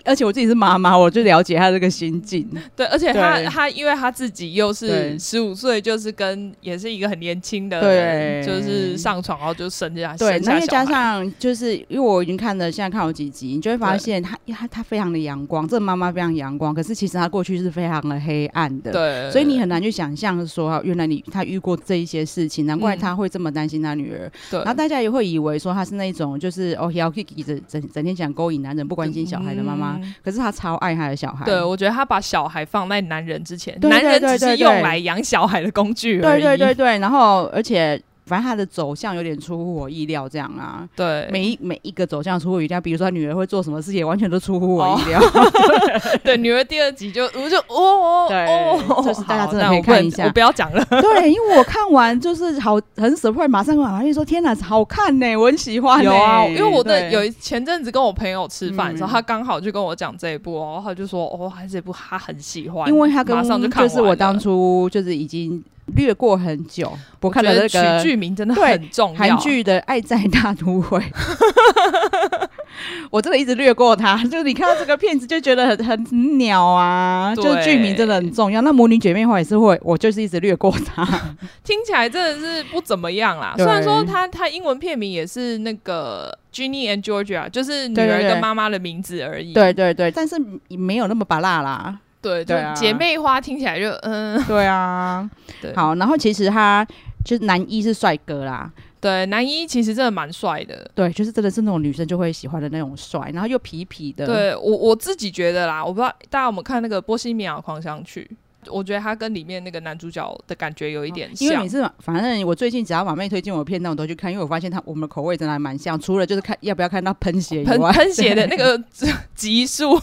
Speaker 1: 而且我自己是妈妈，我就了解他这个心境。
Speaker 2: 对，而且 他
Speaker 1: 对
Speaker 2: 他因为他自己又是
Speaker 1: 对
Speaker 2: 十五岁，就是跟也是一个很年轻的人，
Speaker 1: 对
Speaker 2: 就是上床然后就生下
Speaker 1: 对，
Speaker 2: 呃生
Speaker 1: 那
Speaker 2: 下
Speaker 1: 又
Speaker 2: 小
Speaker 1: 加
Speaker 2: 孩，
Speaker 1: 上就是因为我已经看了，现在看了几集，你就会发现她她她非常的阳光，这个妈妈非常阳光，可是其实她过去是非常的黑暗的。。
Speaker 2: 对，
Speaker 1: 所以你很难去想象说，原来你她遇过这一些事情，难怪她会这么担心她女儿。
Speaker 2: 嗯对
Speaker 1: 然后大家也会以为说她是那种就是哦 y a k i k i 整整整天想勾引男人、不关心小孩的妈妈，
Speaker 2: 嗯
Speaker 1: 可是她超爱她的小孩。
Speaker 2: 对，我觉得他把小孩放在男人之前，
Speaker 1: 对对
Speaker 2: 男人
Speaker 1: 对
Speaker 2: 只
Speaker 1: 对
Speaker 2: 是用
Speaker 1: 对
Speaker 2: 来养小孩的工具而
Speaker 1: 对
Speaker 2: 已。
Speaker 1: 对对对。然后而且反正她的走向有点出乎我意料，这样啊。
Speaker 2: 对
Speaker 1: 每一每一个走向出乎我意料，比如说他女儿会做什么事情，完全都出乎
Speaker 2: 哦
Speaker 1: 我意 料。
Speaker 2: 对，女儿第二集就我就哦哦
Speaker 1: 对
Speaker 2: 哦，
Speaker 1: 就是大家
Speaker 2: 好
Speaker 1: 真的
Speaker 2: 那
Speaker 1: 可以
Speaker 2: 我不能
Speaker 1: 看一下
Speaker 2: 我不要讲了，
Speaker 1: 对，因为我看完就是好很 surprise，马上跟我马丽说：“天哪，好看呢、我很喜欢、呢
Speaker 2: 有啊，因为我的
Speaker 1: 对
Speaker 2: 有一前阵子跟我朋友吃饭的时候，
Speaker 1: 嗯
Speaker 2: 他刚好就跟我讲这一部哦，然后他就说哦，还是这部他很喜欢，
Speaker 1: 因为他跟
Speaker 2: 马上就看
Speaker 1: 就是我
Speaker 2: 完
Speaker 1: 当
Speaker 2: 了
Speaker 1: 初就是已经略过很久，不
Speaker 2: 我
Speaker 1: 看
Speaker 2: 觉
Speaker 1: 了
Speaker 2: 得
Speaker 1: 那个
Speaker 2: 取剧名真的
Speaker 1: 对
Speaker 2: 很重要，
Speaker 1: 韩剧的《爱在大都会》。 我真的一直略过它。 就是你看到这个片子就觉得很很鸟啊，
Speaker 2: 对
Speaker 1: 就是剧名真的很重要。那母女姐妹花也是会，我就是一直略过它。
Speaker 2: 听起来真的是不怎么样啦。
Speaker 1: 对
Speaker 2: 虽然说它它英文片名也是那个 Ginny and Georgia，就是女
Speaker 1: 对对
Speaker 2: 儿
Speaker 1: 对
Speaker 2: 跟妈妈的名字而已。
Speaker 1: 对对对，但是没有那么拔辣啦。
Speaker 2: 对
Speaker 1: 对
Speaker 2: 对，
Speaker 1: 啊
Speaker 2: 就姐妹花听起来就嗯，
Speaker 1: 对啊，
Speaker 2: 对
Speaker 1: 好，然后其实他就是男一是帅哥啦，
Speaker 2: 对，男一其实真的蛮帅的。
Speaker 1: 对，就是真的是那种女生就会喜欢的那种帅，然后又痞痞的，
Speaker 2: 对我我自己觉得啦，我不知道大家有没有看那个《波西米亚狂想曲》，我觉得他跟里面那个男主角的感觉有一点
Speaker 1: 哦因为
Speaker 2: 像
Speaker 1: 每。次反正我最近只要马妹推荐我的片段，我都去看，因为我发现她我们的口味真的还蛮像，除了就是看要不要看到喷血以
Speaker 2: 喷
Speaker 1: 外，
Speaker 2: 喷血的 那个集数，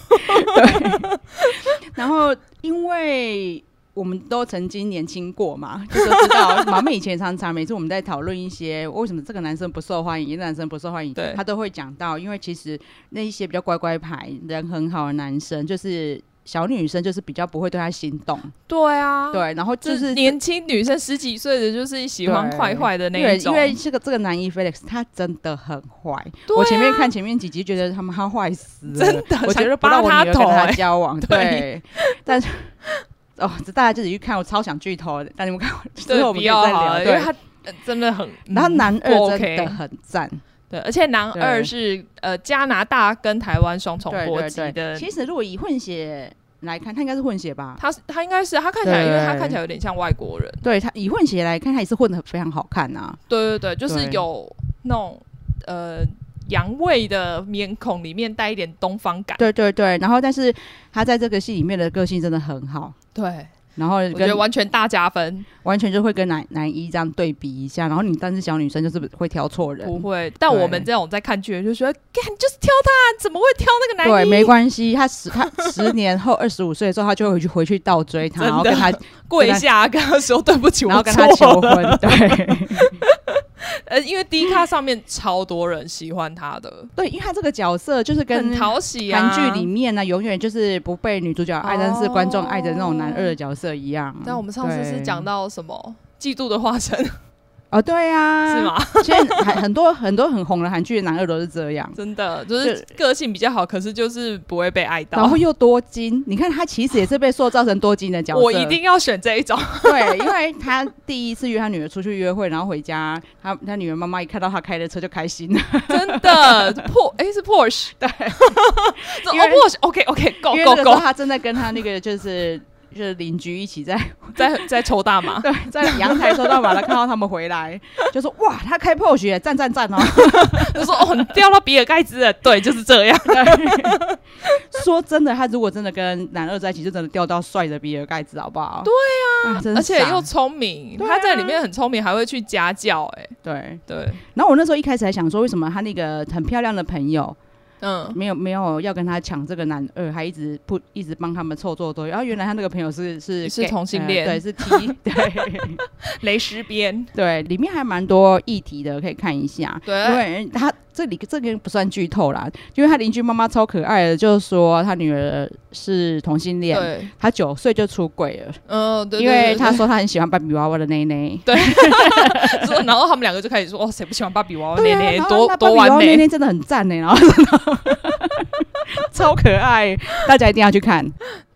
Speaker 1: 然后因为。我们都曾经年轻过嘛，就都知道。马妹以前常常每次我们在讨论一些为什么这个男生不受欢迎，那个男生不受欢迎，
Speaker 2: 对
Speaker 1: 她都会讲到，因为其实那一些比较乖乖牌、人很好的男生，就是小女生就是比较不会对他心动，
Speaker 2: 对啊，，
Speaker 1: 对，然后
Speaker 2: 就
Speaker 1: 就是是
Speaker 2: 年轻女生十几岁的，就是喜欢
Speaker 1: 对
Speaker 2: 坏坏的那
Speaker 1: 对，
Speaker 2: 一
Speaker 1: 因
Speaker 2: 种，
Speaker 1: 为这个这个男一 Felix 他真的很坏，
Speaker 2: 对啊
Speaker 1: 我前面看前面几集，觉得他们他坏死了，
Speaker 2: 真的
Speaker 1: 我觉
Speaker 2: 想
Speaker 1: 得不
Speaker 2: 扒
Speaker 1: 让我
Speaker 2: 他
Speaker 1: 女儿跟
Speaker 2: 头
Speaker 1: 他
Speaker 2: 欸
Speaker 1: 交 往，
Speaker 2: 对
Speaker 1: 对，但是。哦，这大家就自己去看，我超想剧透的，但你们看，之
Speaker 2: 对
Speaker 1: 后我们
Speaker 2: 比
Speaker 1: 可以
Speaker 2: 较
Speaker 1: 再
Speaker 2: 好
Speaker 1: 聊。
Speaker 2: 了，因为
Speaker 1: 对，
Speaker 2: 他呃真的很，
Speaker 1: 然后
Speaker 2: 嗯
Speaker 1: 男
Speaker 2: 不
Speaker 1: 二真
Speaker 2: OK
Speaker 1: 的很赞，
Speaker 2: 对，而且男
Speaker 1: 对
Speaker 2: 二是呃加拿大跟台湾双重
Speaker 1: 对
Speaker 2: 国籍
Speaker 1: 对对。
Speaker 2: 的，
Speaker 1: 其实如果以混血来看，他应该是混血吧？
Speaker 2: 他他应该是他看起来，因为他
Speaker 1: 对
Speaker 2: 看起来有点像外国人，
Speaker 1: 对他以混血来看，他也是混的非常好看啊。
Speaker 2: 对对对，就是
Speaker 1: 对
Speaker 2: 有那种呃洋味的面孔里面带一点东方感，
Speaker 1: 对对对，然后但是他在这个戏里面的个性真的很好，
Speaker 2: 对，
Speaker 1: 然后
Speaker 2: 我觉
Speaker 1: 跟
Speaker 2: 得完全大加分。
Speaker 1: 完全就会跟男男一这样对比一下，然后你但是小女生就是会挑错人，
Speaker 2: 不会，但
Speaker 1: 嗯对
Speaker 2: 我们这种在看剧的就觉得，干就是挑他，怎么会挑那个男
Speaker 1: 对，
Speaker 2: 一？
Speaker 1: 没关系，他十他十年后二十五岁的时候，他就会回去回去倒追他，
Speaker 2: 真的
Speaker 1: 然后跟 他
Speaker 2: 跪下跟他说对不起，
Speaker 1: 然后
Speaker 2: 我
Speaker 1: 跟他求
Speaker 2: 错了。
Speaker 1: 婚，对
Speaker 2: 呃，因为 D 卡上面超多人喜欢他的，
Speaker 1: 对，因为他这个角色就是
Speaker 2: 很
Speaker 1: 跟
Speaker 2: 讨喜啊。
Speaker 1: 韩剧里面呢，永远就是不被女主角爱，但是观众爱的那种男二的角色一样。
Speaker 2: 但我们上次是
Speaker 1: 对
Speaker 2: 讲到什么嫉妒的化身是
Speaker 1: 哦，对啊，？
Speaker 2: 吗？
Speaker 1: 其实很很多很多很红的韩剧的男二都是这样。
Speaker 2: 真的就是个性比较好，可是就是不会被爱
Speaker 1: 然
Speaker 2: 到
Speaker 1: 后。又多金，你看他其实也是被塑造成多金的角色。
Speaker 2: 我一定要选这一种，
Speaker 1: 对，因为他第一次约他女儿出去约会，然后回家，他他女儿妈妈一看到他开的车就开心了，
Speaker 2: 真的破哎是 Porsche 对， 这哦
Speaker 1: 因为
Speaker 2: Porsche OK OK
Speaker 1: 因
Speaker 2: Go
Speaker 1: 为那
Speaker 2: Go
Speaker 1: 个时候
Speaker 2: Go
Speaker 1: 他正在跟他那个就是。 就是邻居一起在，
Speaker 2: 在在抽大麻
Speaker 1: 对在阳台收到完了，看到他们回来， 就说哇，他开 Porsche 耶赞赞赞哦。
Speaker 2: 就说哦你掉到比尔盖 茨了，对，就是这样。
Speaker 1: 说真的，他如果真的跟男二在一起，就真的掉到帅的比尔盖茨，好不好？对啊，真
Speaker 2: 而且
Speaker 1: 傻
Speaker 2: 又聪明，
Speaker 1: 对啊
Speaker 2: 他在里面很聪明，还会去家教、哎，
Speaker 1: 对。
Speaker 2: 对，
Speaker 1: 然后我那时候一开始还想说，为什么他那个很漂亮的朋友，
Speaker 2: 嗯，
Speaker 1: 没有没有要跟他抢这个男二，还一直不一直帮他们凑作对。然后原来他那个朋友是是
Speaker 2: 是
Speaker 1: gay，
Speaker 2: 同性恋
Speaker 1: 呃对，是 T，对
Speaker 2: 雷石边，
Speaker 1: 对，里面还蛮多议题的，可以看一下。因
Speaker 2: 对，
Speaker 1: 为他这里这个不算剧透啦，因为他邻居妈妈超可爱的，就是说他女儿是同性恋，
Speaker 2: 对，
Speaker 1: 他九岁就出轨了，
Speaker 2: 嗯，对，
Speaker 1: 因为
Speaker 2: 对
Speaker 1: 他说他很喜欢芭比娃娃的内内。
Speaker 2: 对对 然后他们两个就开始说，哦，谁不喜欢芭比娃娃
Speaker 1: 对
Speaker 2: 捏
Speaker 1: 啊，
Speaker 2: 捏
Speaker 1: 然，后那
Speaker 2: 多
Speaker 1: 芭
Speaker 2: 多
Speaker 1: 比娃
Speaker 2: 完
Speaker 1: 娃内
Speaker 2: 美，
Speaker 1: 内真的很赞呢，欸然后 超可爱，大家一定要去看。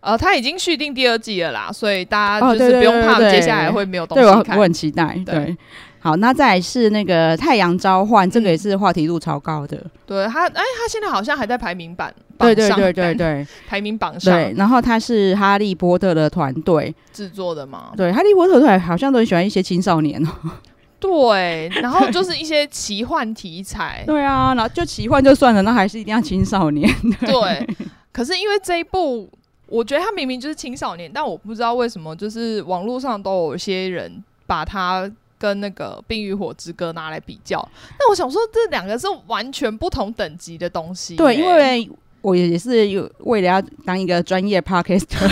Speaker 2: 呃，他已经续订第二季了啦，所以大家
Speaker 1: 哦
Speaker 2: 就是
Speaker 1: 对对
Speaker 2: 不用怕
Speaker 1: 对对对
Speaker 2: 接下来会没有东
Speaker 1: 对我
Speaker 2: 西
Speaker 1: 很
Speaker 2: 看
Speaker 1: 我，很期待。
Speaker 2: 对
Speaker 1: 对，好，那再来是那个《太阳召唤》，这个
Speaker 2: 嗯
Speaker 1: 也是话题度超高的。
Speaker 2: 对他，哎，他现在好像还在排名榜，
Speaker 1: 对
Speaker 2: 榜
Speaker 1: 对
Speaker 2: 上
Speaker 1: 对对对
Speaker 2: 排名 榜上
Speaker 1: 对，然后他是《哈利波特》的团队，
Speaker 2: 制作的嘛，
Speaker 1: 对，《哈利波特》团队好像都很喜欢一些青少年哦。
Speaker 2: 对，然后就是一些奇幻 题材，
Speaker 1: 对啊，然后就奇幻就算了，那还是一定要青少年。
Speaker 2: 对，可是因为这一部，我觉得它明明就是青少年，但我不知道为什么，就是网络上都有一些人把它跟那个《冰与火之歌》拿来比较。那我想说，这两个是完全不同等级的东西耶、
Speaker 1: 对，因为我也是有为了要当一个专业 podcaster，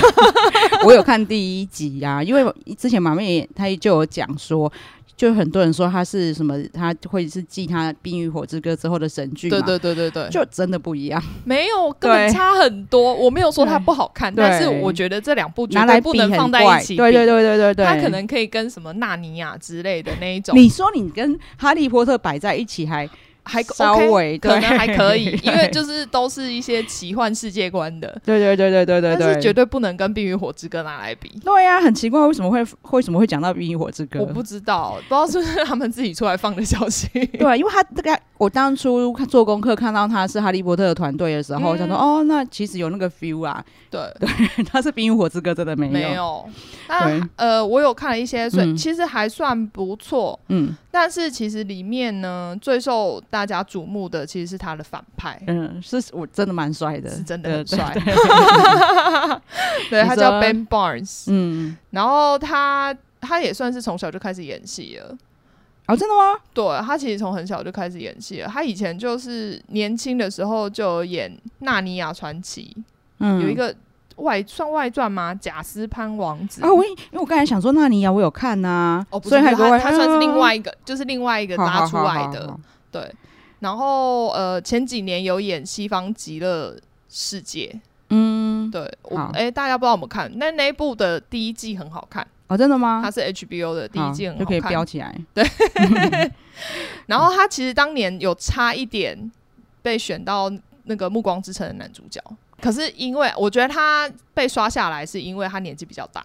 Speaker 1: 我有看第一集啊，因为之前马妹她就有讲说。就很多人说她是什么，她会是继她《冰与火之歌》之后的神剧嘛，
Speaker 2: 对对对对对，
Speaker 1: 就真的不一样，
Speaker 2: 没有根本
Speaker 1: 对
Speaker 2: 差很多。我没有说它不好看，
Speaker 1: 对
Speaker 2: 但是我觉得这两部绝
Speaker 1: 拿来
Speaker 2: 对
Speaker 1: 比
Speaker 2: 不能
Speaker 1: 很
Speaker 2: 放在
Speaker 1: 怪
Speaker 2: 一起比。
Speaker 1: 对对对对对对，
Speaker 2: 它可能可以跟什么纳尼亚之类的那一种，
Speaker 1: 你说你跟哈利波特摆在一起还
Speaker 2: 还
Speaker 1: 稍
Speaker 2: OK，
Speaker 1: 微
Speaker 2: 可能
Speaker 1: 对
Speaker 2: 还可 以，因为
Speaker 1: 对
Speaker 2: 就是都是一些奇幻世界观的，
Speaker 1: 对对对对对对
Speaker 2: 但
Speaker 1: 对，
Speaker 2: 是绝对不能跟《冰与火之歌》拿来比。
Speaker 1: 对呀、很奇怪，为什么会为什么会讲到《冰与火之歌》？
Speaker 2: 我不知道，不知道是不是他们自己出来放的消息。
Speaker 1: 对，啊因为他这个，我当初看做功课看到他是哈利波特的团队的时候，
Speaker 2: 嗯
Speaker 1: 我想说哦，那其实有那个 feel 啊，
Speaker 2: 对，
Speaker 1: 他是《冰与火之歌》真的没有，
Speaker 2: 没有。但
Speaker 1: 对
Speaker 2: 呃，我有看了一些，所以
Speaker 1: 嗯
Speaker 2: 其实还算不错。
Speaker 1: 嗯
Speaker 2: 但是其实里面呢，最受大家瞩目的其实是他的反派，
Speaker 1: 嗯，是我真的蛮帅的，
Speaker 2: 是真的
Speaker 1: 对
Speaker 2: 很
Speaker 1: 对
Speaker 2: 帅。
Speaker 1: 对
Speaker 2: 对他
Speaker 1: 你
Speaker 2: 叫
Speaker 1: 说
Speaker 2: Ben Barnes，
Speaker 1: 嗯，
Speaker 2: 然后他他也算是从小就开始演戏了。
Speaker 1: 哦，真的吗？
Speaker 2: 对他其实从很小就开始演戏了，他以前就是年轻的时候就有演《纳尼亚传奇》
Speaker 1: 嗯，
Speaker 2: 有一个外算外传吗？贾斯潘王子
Speaker 1: 啊，我因因为我刚才想说纳尼亚我有看呐、
Speaker 2: 哦，不是，
Speaker 1: 所以还
Speaker 2: 不是
Speaker 1: 国
Speaker 2: 他
Speaker 1: 外
Speaker 2: 他算是另
Speaker 1: 一
Speaker 2: 外一个，就是另外一个
Speaker 1: 个
Speaker 2: 拉出来的，
Speaker 1: 好好好
Speaker 2: 对。然后呃，前几年有演《西方极乐世界》，
Speaker 1: 嗯，
Speaker 2: 对，我
Speaker 1: 好
Speaker 2: 哎、大家不知道有没有看？那那一部的第一季很好看，
Speaker 1: 哦，真的吗？
Speaker 2: 它是 HBO 的第一
Speaker 1: 好
Speaker 2: 季很
Speaker 1: 就
Speaker 2: 好
Speaker 1: 可以
Speaker 2: 看，
Speaker 1: 标起来，
Speaker 2: 然后他其实当年有差一点被选到那个《暮光之城》的男主角，可是因为我觉得他被刷下来，是因为他年纪比较大，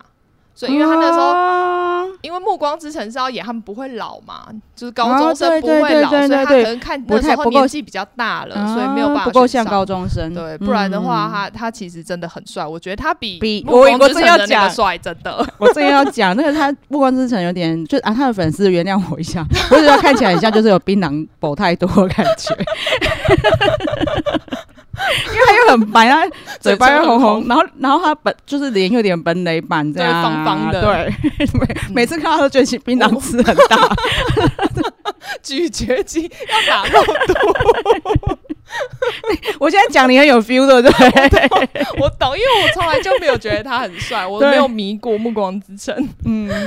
Speaker 2: 所以因为他那时候。
Speaker 1: 啊候
Speaker 2: 因为《暮光之城》是要演他们不会老嘛，就是高
Speaker 1: 哦
Speaker 2: 中生
Speaker 1: 对
Speaker 2: 不
Speaker 1: 对
Speaker 2: 会
Speaker 1: 对
Speaker 2: 老，
Speaker 1: 对
Speaker 2: 所
Speaker 1: 对
Speaker 2: 以他可
Speaker 1: 对
Speaker 2: 能看
Speaker 1: 不
Speaker 2: 那时
Speaker 1: 太
Speaker 2: 候
Speaker 1: 不够
Speaker 2: 年纪比较大了，所以没有办法
Speaker 1: 啊不够像
Speaker 2: 选上
Speaker 1: 高中生，
Speaker 2: 对，不然的话，
Speaker 1: 嗯
Speaker 2: 他他其实真的很帅，我觉得他比
Speaker 1: 比
Speaker 2: 暮光
Speaker 1: 我
Speaker 2: 之
Speaker 1: 我
Speaker 2: 城
Speaker 1: 正要
Speaker 2: 的那个
Speaker 1: 讲
Speaker 2: 帅，真 的。
Speaker 1: 我正要讲那个他《暮光之城》有点，就啊，他的粉丝原谅我一下，我只是他看起来很像就是有槟榔否太多的感觉，因为他又很白，他嘴巴又红红，然后然后他本就是脸有点本垒板这样啊，
Speaker 2: 对方方的
Speaker 1: 对， 每每次看到都觉得槟榔吃很大，
Speaker 2: 咀嚼肌要打肉毒，
Speaker 1: 我现在讲你很有 feel 对不对？
Speaker 2: 我懂，因为我从来就没有觉得他很 帅，我
Speaker 1: 对
Speaker 2: 没有迷过《暮光之城》。
Speaker 1: 嗯。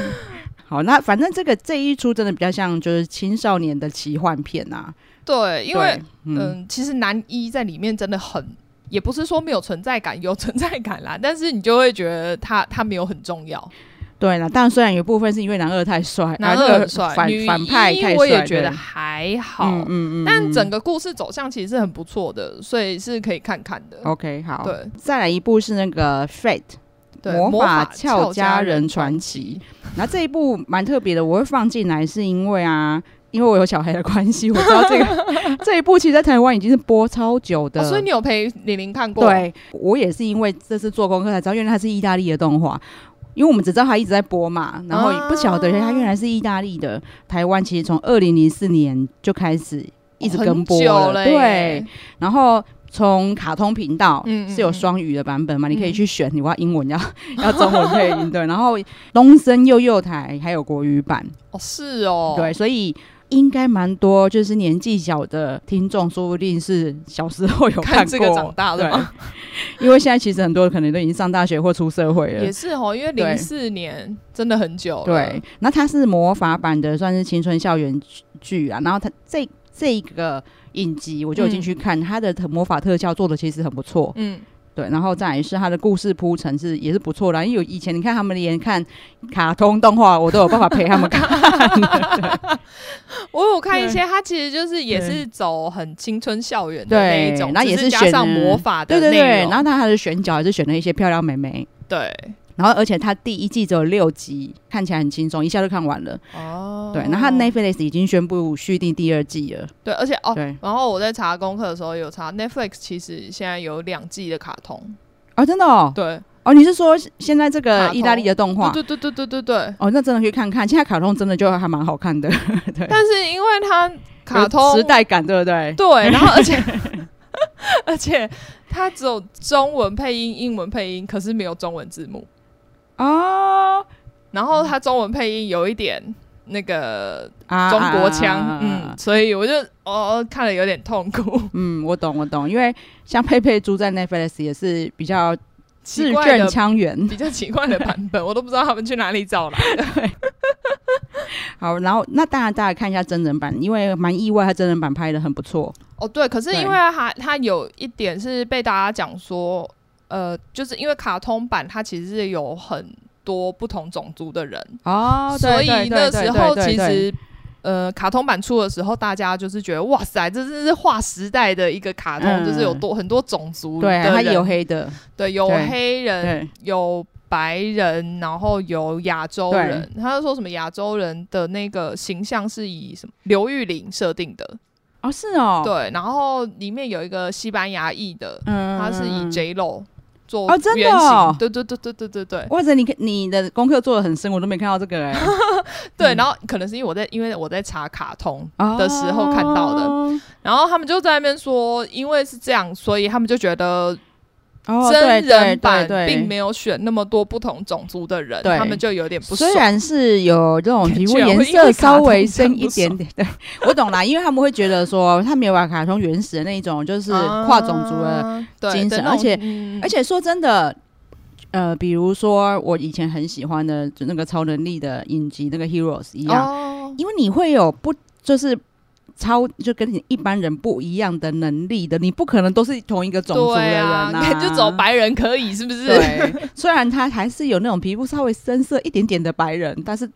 Speaker 1: 好，那反正这个这一出真的比较像就是青少年的奇幻片呐、
Speaker 2: 对，因为
Speaker 1: 对
Speaker 2: 嗯、
Speaker 1: 嗯
Speaker 2: 其实男一在里面真的很，也不是说没有存在感，有存在感啦， 但是你就会觉得他他没有很重要。
Speaker 1: 对啦，当然虽然有一部分是因为男二太帅，
Speaker 2: 男
Speaker 1: 啊
Speaker 2: 二很帅，
Speaker 1: 反
Speaker 2: 女
Speaker 1: 反派
Speaker 2: 一
Speaker 1: 太帅，
Speaker 2: 我也觉得
Speaker 1: 对
Speaker 2: 还好，
Speaker 1: 嗯嗯嗯
Speaker 2: 但整
Speaker 1: 嗯
Speaker 2: 个故事走向其实是很不错的，所以是可以看看的。
Speaker 1: OK 好，
Speaker 2: 对
Speaker 1: 再来一部是那个 Fate，
Speaker 2: 对，
Speaker 1: 魔法
Speaker 2: 法俏
Speaker 1: 俏
Speaker 2: 佳
Speaker 1: 佳
Speaker 2: 人哦
Speaker 1: 人
Speaker 2: 传
Speaker 1: 传
Speaker 2: 奇
Speaker 1: 奇，那这一部蛮特别的，我会放进来是因为啊。因为我有小孩的关系，我知道这 个这一部其实在台湾已经是播超久的，
Speaker 2: 哦所以你有陪玲玲看过？，
Speaker 1: 对我也是因为这次做功课才知道，原来它是意大利的动画。因为我们只知道它一直在播嘛，然后不晓得它原来是意大利的。台湾其实从二零零四年就开始一直跟播
Speaker 2: 了，
Speaker 1: 对。，然后从卡通频道
Speaker 2: 嗯嗯
Speaker 1: 是有
Speaker 2: 嗯
Speaker 1: 双语的版本嘛，你可以
Speaker 2: 嗯
Speaker 1: 去选你要英文 要 要中文配音对。然后东森幼幼台还有国语版，
Speaker 2: 哦，是哦，
Speaker 1: 对，，所以。应该蛮多，就是年纪小的听众，说不定是小时候有
Speaker 2: 看
Speaker 1: 看
Speaker 2: 这个
Speaker 1: 过
Speaker 2: 长大的吗
Speaker 1: 对 因为现在其实很多可能都已经上大学或出社会
Speaker 2: 也
Speaker 1: 了。
Speaker 2: 是哦，因为零
Speaker 1: 对
Speaker 2: 四年真的很久了，
Speaker 1: 对，那它是魔法版的，算是青春校园剧啊。然后它这这个影集，我就有进去看，它的魔法特效做的其实很不错。
Speaker 2: 嗯，
Speaker 1: 对，然后再来是它的故事铺陈是也是不错的啊，因为有以前你看他们连看卡通动画，我都有办法陪他们 看。
Speaker 2: 我有看一
Speaker 1: 对
Speaker 2: 些，它其实就是也是走很青春校园的那
Speaker 1: 对
Speaker 2: 一种，
Speaker 1: 然后
Speaker 2: 只
Speaker 1: 也
Speaker 2: 是
Speaker 1: 是
Speaker 2: 加
Speaker 1: 选
Speaker 2: 上魔法的
Speaker 1: 对对对
Speaker 2: 内，容
Speaker 1: 然后它的选角也是选了一些漂亮妹妹，
Speaker 2: 对
Speaker 1: 然后而且它第一季只有六集，看起来很轻松，一下就看完了。
Speaker 2: 哦
Speaker 1: 对，那它 Netflix 已经宣布续订第二季了。
Speaker 2: 对，而且哦，
Speaker 1: 对，
Speaker 2: 然后我在查功课的时候有查 Netflix，其实现在有两季的卡通，
Speaker 1: 哦，真的哦，
Speaker 2: 对，
Speaker 1: 哦，你是说现在这
Speaker 2: 卡
Speaker 1: 个
Speaker 2: 通
Speaker 1: 意大利的动画？
Speaker 2: 对对对对对对对。
Speaker 1: 哦，那真的可以看看，现在卡通真的就还蛮好看的，对，
Speaker 2: 但是因为它卡通
Speaker 1: 有时代感，对不对？
Speaker 2: 对，然后而且 而且它只有中文配音、英文配音，可是没有中文字幕。
Speaker 1: 哦，
Speaker 2: 然后它中文配音有一点那个
Speaker 1: 啊
Speaker 2: 中国腔，
Speaker 1: 啊啊啊啊啊
Speaker 2: 嗯，所以我就哦看了有点痛 苦。
Speaker 1: 嗯，我懂，我懂，因为像佩佩猪在 Netflix 也是比较
Speaker 2: 奇
Speaker 1: 字
Speaker 2: 怪的
Speaker 1: 正腔圆。
Speaker 2: 比较奇怪的版本，我都不知道他们去哪里找 来。
Speaker 1: 好，然后那当然大家看一下真人版，因为蛮意外，他真人版拍的很不错。
Speaker 2: 哦，对，可是
Speaker 1: 对
Speaker 2: 因为它它有一点是被大家讲说，呃，就是因为卡通版它其实是有很多不同种族的人，
Speaker 1: 哦
Speaker 2: 所以那时候其实呃，卡通版出的时候，大家就是觉得哇塞，这真是划时代的一个卡通，
Speaker 1: 嗯
Speaker 2: 就是有多很多种族的
Speaker 1: 对，它
Speaker 2: 人，
Speaker 1: 有黑的，
Speaker 2: 对有
Speaker 1: 对
Speaker 2: 黑人，
Speaker 1: 对，
Speaker 2: 有白人，然后有亚洲
Speaker 1: 对
Speaker 2: 人。他就说什么亚洲人的那个形象是以什么刘玉玲设定的，
Speaker 1: 哦是哦，，
Speaker 2: 对，然后里面有一个西班牙裔的，
Speaker 1: 嗯
Speaker 2: 他是以 J Lo 做
Speaker 1: 哦真的
Speaker 2: 原型，
Speaker 1: 哦
Speaker 2: 对对对对对对对
Speaker 1: 或者你你的功课做的很深，我都没看到这个哎、
Speaker 2: 对，然后可能是因为我在因为我在查卡通，
Speaker 1: 哦
Speaker 2: 的时候看到的然后他们就在那边说，因为是这样，所以他们就觉得
Speaker 1: 哦，对
Speaker 2: 真人版
Speaker 1: 对对对
Speaker 2: 并没有选那么多不同种族的人，
Speaker 1: 对
Speaker 2: 他们就有点不爽
Speaker 1: 虽。然是有这种皮肤
Speaker 2: 居然会
Speaker 1: 颜
Speaker 2: 因
Speaker 1: 色
Speaker 2: 为
Speaker 1: 稍微深一
Speaker 2: 卡
Speaker 1: 点点，对我懂啦，因为他们会觉得说他没有把卡通原始的那一种就是跨种族的，
Speaker 2: 啊对
Speaker 1: 精神
Speaker 2: 对那种
Speaker 1: 而且
Speaker 2: 嗯
Speaker 1: 而且说真的。呃，比如说我以前很喜欢的就那个超能力的影集，那个 Heroes 一样，
Speaker 2: 哦
Speaker 1: 因为你会有不就是超就跟你一般人不一样的能力的，你不可能都是同一个种族的
Speaker 2: 对
Speaker 1: 人
Speaker 2: 啊，就走白人可以是不是？
Speaker 1: 对，虽然他还是有那种皮肤稍微深色一点点的白人，但是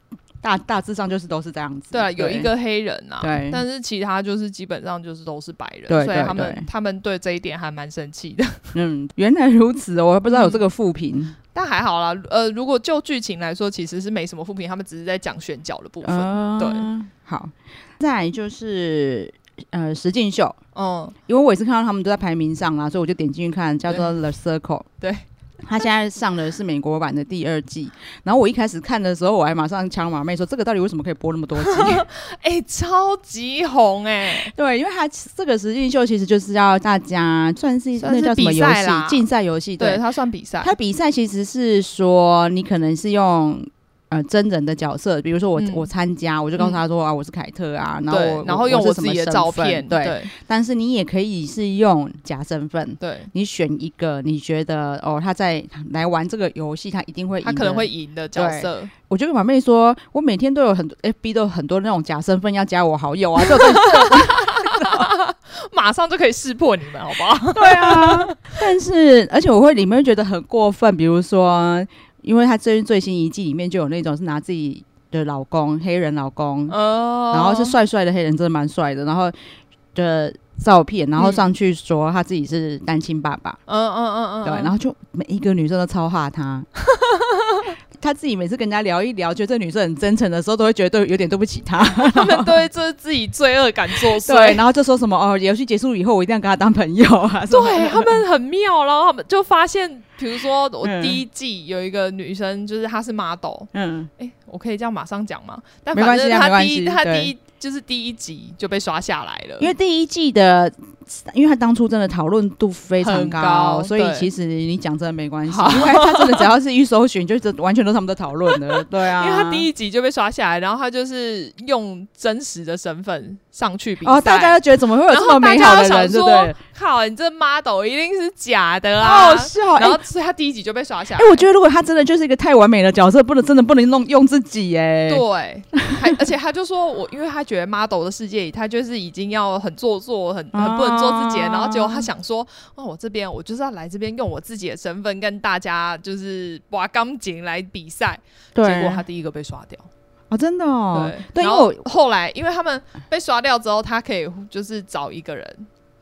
Speaker 1: 大大致上就是都是这样子。
Speaker 2: 对啊，有一个黑人啊，
Speaker 1: 对
Speaker 2: 但是其他就是基本上就是都是白人，
Speaker 1: 对
Speaker 2: 所以
Speaker 1: 对
Speaker 2: 他们
Speaker 1: 对
Speaker 2: 他们对这一点还蛮生气的。
Speaker 1: 嗯，原来如此哦，我还不知道有这个负评。
Speaker 2: 但还好啦，呃，如果就剧情来说，其实是没什么负评，他们只是在讲选角的部分。
Speaker 1: 嗯，
Speaker 2: 对，
Speaker 1: 好，再来就是呃石进秀。
Speaker 2: 嗯，
Speaker 1: 因为我也是看到他们都在排名上啦，所以我就点进去看，叫做《The Circle》。
Speaker 2: 对，
Speaker 1: 他现在上的是美国版的第二季。然后我一开始看的时候，我还马上呛马妹说：“这个到底为什么可以播那么多集？”
Speaker 2: 哎、超级红哎、
Speaker 1: 对，因为它这个实境秀其实就是要大家算是
Speaker 2: 算是
Speaker 1: 那叫什么游
Speaker 2: 比赛啦
Speaker 1: 戏竞赛游戏，
Speaker 2: 对
Speaker 1: 对。
Speaker 2: 他算比赛，
Speaker 1: 它比赛其实是说你可能是用。呃，真人的角色，比如说我、
Speaker 2: 嗯
Speaker 1: 我参加，我就告诉他说、啊，我是凯特啊，然后
Speaker 2: 对
Speaker 1: 我，
Speaker 2: 然后用
Speaker 1: 我是
Speaker 2: 自
Speaker 1: 什么
Speaker 2: 己的
Speaker 1: 身
Speaker 2: 照
Speaker 1: 份
Speaker 2: 片，
Speaker 1: 对，
Speaker 2: 对
Speaker 1: 但是你也可以是用假身份，
Speaker 2: 对，
Speaker 1: 你选一个你觉得哦，他在来玩这个游戏，他一定会赢，
Speaker 2: 他可能会。赢的角色，
Speaker 1: 我就跟马妹说，我每天都有很多 FB 都有很多那种假身份要加我好友啊，这种
Speaker 2: 马上就可以识破你们，好不好？
Speaker 1: 对啊， 但是而且我会里面会觉得很过分，比如说，因为他最最新一季里面就有那种是拿自己的老公，黑人老公，
Speaker 2: 哦
Speaker 1: 然后是帅帅的黑人，真的蛮帅的，然后的照片，然后
Speaker 2: 嗯
Speaker 1: 上去说他自己是单亲爸爸，
Speaker 2: 嗯嗯嗯嗯，
Speaker 1: 对，然后就每一个女生都超哈 他。他自己每次跟人家聊一聊，觉得这女生很真诚的时候，都会觉得对有点对不起 她。
Speaker 2: 他们对这自己罪恶感作
Speaker 1: 对，
Speaker 2: 祟。
Speaker 1: 然后就说什么哦，游戏结束以后我一定要跟她当朋友啊。什么的
Speaker 2: 对他们很妙，然后他们就发现，比如说我
Speaker 1: 嗯
Speaker 2: 第一季有一个女生，就是她是 model，
Speaker 1: 嗯，
Speaker 2: 哎、我可以这样马上讲吗？但
Speaker 1: 没
Speaker 2: 反
Speaker 1: 关
Speaker 2: 正
Speaker 1: 系啊没
Speaker 2: 她
Speaker 1: 关
Speaker 2: 第一，
Speaker 1: 系
Speaker 2: 她
Speaker 1: 对
Speaker 2: 第一就是第一集就被刷下来了，
Speaker 1: 因为第一季的，因为他当初真的讨论度非常
Speaker 2: 很高
Speaker 1: 所以
Speaker 2: 对
Speaker 1: 其实你讲真的没关系
Speaker 2: 好，
Speaker 1: 因为他真的只要是一搜寻，就是完全都是他们在讨论 的，对啊，
Speaker 2: 因为他第一集就被刷下来，然后他就是用真实的身份上去比赛，
Speaker 1: 哦，大家都觉得怎么会有
Speaker 2: 然
Speaker 1: 这
Speaker 2: 后
Speaker 1: 么
Speaker 2: 大
Speaker 1: 美
Speaker 2: 家
Speaker 1: 好
Speaker 2: 都
Speaker 1: 的人，
Speaker 2: 想
Speaker 1: 对不
Speaker 2: 说，
Speaker 1: 对？
Speaker 2: 靠，你这 model 一定是假的啦
Speaker 1: 好。笑，
Speaker 2: 然
Speaker 1: 哎
Speaker 2: 后所以他第一集就被刷下来，
Speaker 1: 哎，我觉得如果他真的就是一个太完美的角色，不能真的不能弄用自己哎，
Speaker 2: 对，还 而且他就说我，因为他觉得 model 的世界里，他就是已经要很做作，很很不能做自己了，
Speaker 1: 啊
Speaker 2: 然后结果他想说，哦，我这边我就是要来这边用我自己的身份跟大家就是挖钢琴来比赛，结果他第一个被刷掉。
Speaker 1: 哦，真的哦，
Speaker 2: 对，
Speaker 1: 对
Speaker 2: 然
Speaker 1: 因为
Speaker 2: 后后来因为他们被刷掉之后，他可以就是找一个人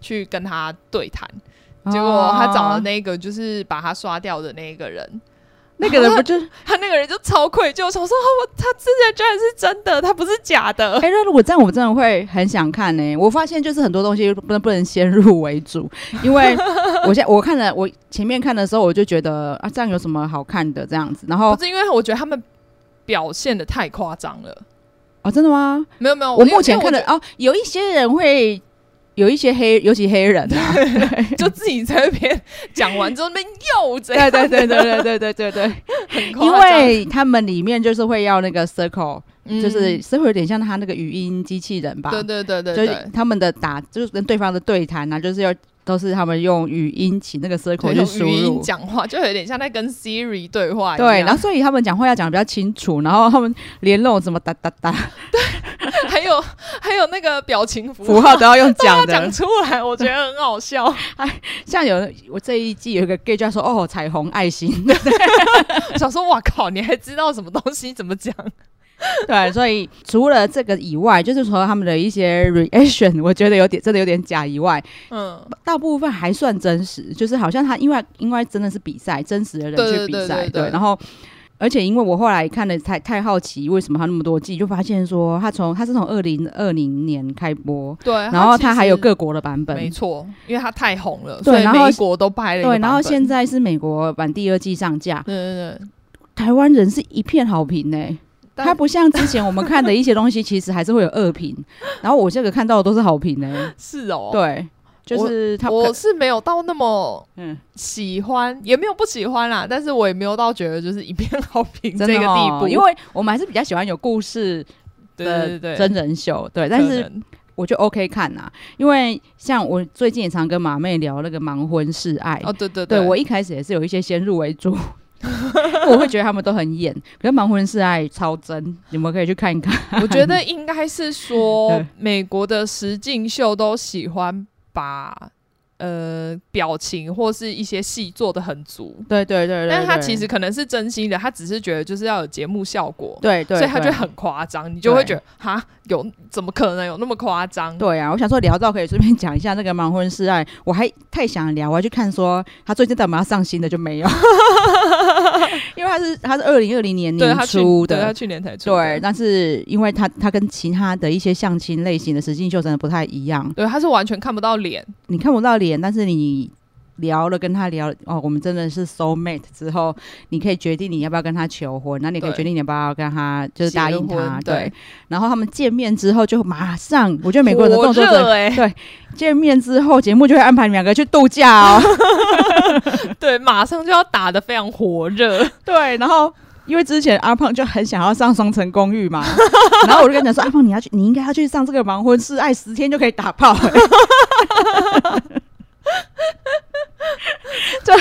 Speaker 2: 去跟他对谈，
Speaker 1: 啊
Speaker 2: 结果他找的
Speaker 1: 那
Speaker 2: 那个就是把他刷掉的那一个人，
Speaker 1: 那个人不就是
Speaker 2: 他那个人就超愧疚，想说啊我他之前居然是真的，他不是假的。
Speaker 1: 哎、那如果这样，我真的会很想看呢、我发现就是很多东西不能不能先入为主，因为我现在我看了我前面看的时候，我就觉得啊，这样有什么好看的这样子。然后
Speaker 2: 不是因为我觉得他们表现的太夸张了，
Speaker 1: 哦，真的吗？
Speaker 2: 没有没有，
Speaker 1: 我
Speaker 2: 因为
Speaker 1: 目前看的
Speaker 2: 因为
Speaker 1: 哦，有一些人会有一些黑，尤其黑人啊，
Speaker 2: 我就自己在那边讲完之后，那边又这 样
Speaker 1: 对对对对对对对对 对，
Speaker 2: 很
Speaker 1: 因
Speaker 2: 夸张，
Speaker 1: 为他们里面就是会要那个 circle，、
Speaker 2: 嗯
Speaker 1: 就是 circle 有点像他那个语音机器人吧，
Speaker 2: 对对对对
Speaker 1: 就是
Speaker 2: 对，
Speaker 1: 他们的打，就是跟对方的对谈啊，就是要都是他们用语音请那个 circle 去
Speaker 2: 用
Speaker 1: 输
Speaker 2: 语音
Speaker 1: 入。
Speaker 2: 讲话，就有点像在跟 Siri 对话一样。
Speaker 1: 对，然后所以他们讲话要讲得比较清楚，然后他们连那种什么哒哒哒
Speaker 2: 还有还有那个表情符
Speaker 1: 符号都要用 讲
Speaker 2: 讲
Speaker 1: 的。
Speaker 2: 出来，我觉得很好笑。
Speaker 1: 像有人我这一季有一个 gay 就要说哦彩虹爱心，
Speaker 2: 想说哇靠，你还知道什么东西怎么讲？
Speaker 1: 对，所以除了这个以外，就是除了他们的一些 reaction，我觉得有点真的有点假以外，
Speaker 2: 嗯，
Speaker 1: 大部分还算真实，就是好像他因为因为真的是比赛，真实的人去比赛，
Speaker 2: 对对对对对
Speaker 1: 然后。而且因为我后来看了太太好奇，为什么他那么多季，就发现说他从他是从二零二零年开播，
Speaker 2: 对。
Speaker 1: 然后他还有
Speaker 2: 啊其实
Speaker 1: 各国的版本，
Speaker 2: 没错，因为他太红了，
Speaker 1: 对
Speaker 2: 所以
Speaker 1: 然后
Speaker 2: 每一国都拍了一个
Speaker 1: 对，然后
Speaker 2: 版本
Speaker 1: 现在是美国版第二季上架，
Speaker 2: 对对对，
Speaker 1: 台湾人是一片好评呢、
Speaker 2: 但
Speaker 1: 它不像之前我们看的一些东西，其实还是会有恶 评，然后我这个看到的都是好评呢、
Speaker 2: 是哦，
Speaker 1: 对，就是它
Speaker 2: 我是没有到那么
Speaker 1: 嗯，
Speaker 2: 喜欢，也没有不喜欢啦，但是我也没有到觉得就是一片好评这
Speaker 1: 真的
Speaker 2: 个地步，
Speaker 1: 哦因为我们还是比较喜欢有故事
Speaker 2: 对对对
Speaker 1: 的
Speaker 2: 对，
Speaker 1: 真人秀，对，但
Speaker 2: 可
Speaker 1: 是
Speaker 2: 能
Speaker 1: 我就 OK 看啦，因为像我最近也常跟马妹聊那个盲婚试爱，
Speaker 2: 哦对对
Speaker 1: 对 我一开始也是有一些先入为主。我会觉得他们都很演，可是《盲婚试爱》超真，你们可以去看一看。
Speaker 2: 我觉得应该是说
Speaker 1: 对
Speaker 2: 美国的实境秀都喜欢把呃表情或是一些戏做的很足，
Speaker 1: 对对对对
Speaker 2: 但是他
Speaker 1: 对
Speaker 2: 其实可能是真心的，他只是觉得就是要有节目效果，
Speaker 1: 对对，
Speaker 2: 所以他就
Speaker 1: 对
Speaker 2: 很夸张，你就会
Speaker 1: 对
Speaker 2: 觉得哈有怎么可能有那么夸张？
Speaker 1: 对啊，我想说聊到可以顺便讲一下那个盲婚试爱，我还太想聊，我还去看说他最近怎么要上新的就没 有，因为他是他是二零二零年
Speaker 2: 对
Speaker 1: 年
Speaker 2: 他去
Speaker 1: 初
Speaker 2: 对他
Speaker 1: 的。
Speaker 2: 去年才出的，
Speaker 1: 对，但是因为他他跟其他的一些相亲类型的实境秀真的不太一样，
Speaker 2: 对他是完全看不到脸，
Speaker 1: 你看不到脸，但是你聊了跟他聊哦，我们真的是 soul mate 之后，你可以决定你要不要跟他求婚，那你可以
Speaker 2: 对
Speaker 1: 决定你要不要跟他就是答应
Speaker 2: 结婚
Speaker 1: 他，
Speaker 2: 对，
Speaker 1: 然后他们见面之后就马上，我觉得美国人的动作真的
Speaker 2: 热哎、
Speaker 1: 见面之后，节目就会安排你们两个去度假哦。
Speaker 2: 对，马上就要打得非常火热，
Speaker 1: 对，然后因为之前阿胖就很想要上双层公寓嘛，然后我就跟他讲说，阿胖你要去，你应该要去上这个盲婚试爱，十天就可以打炮、 就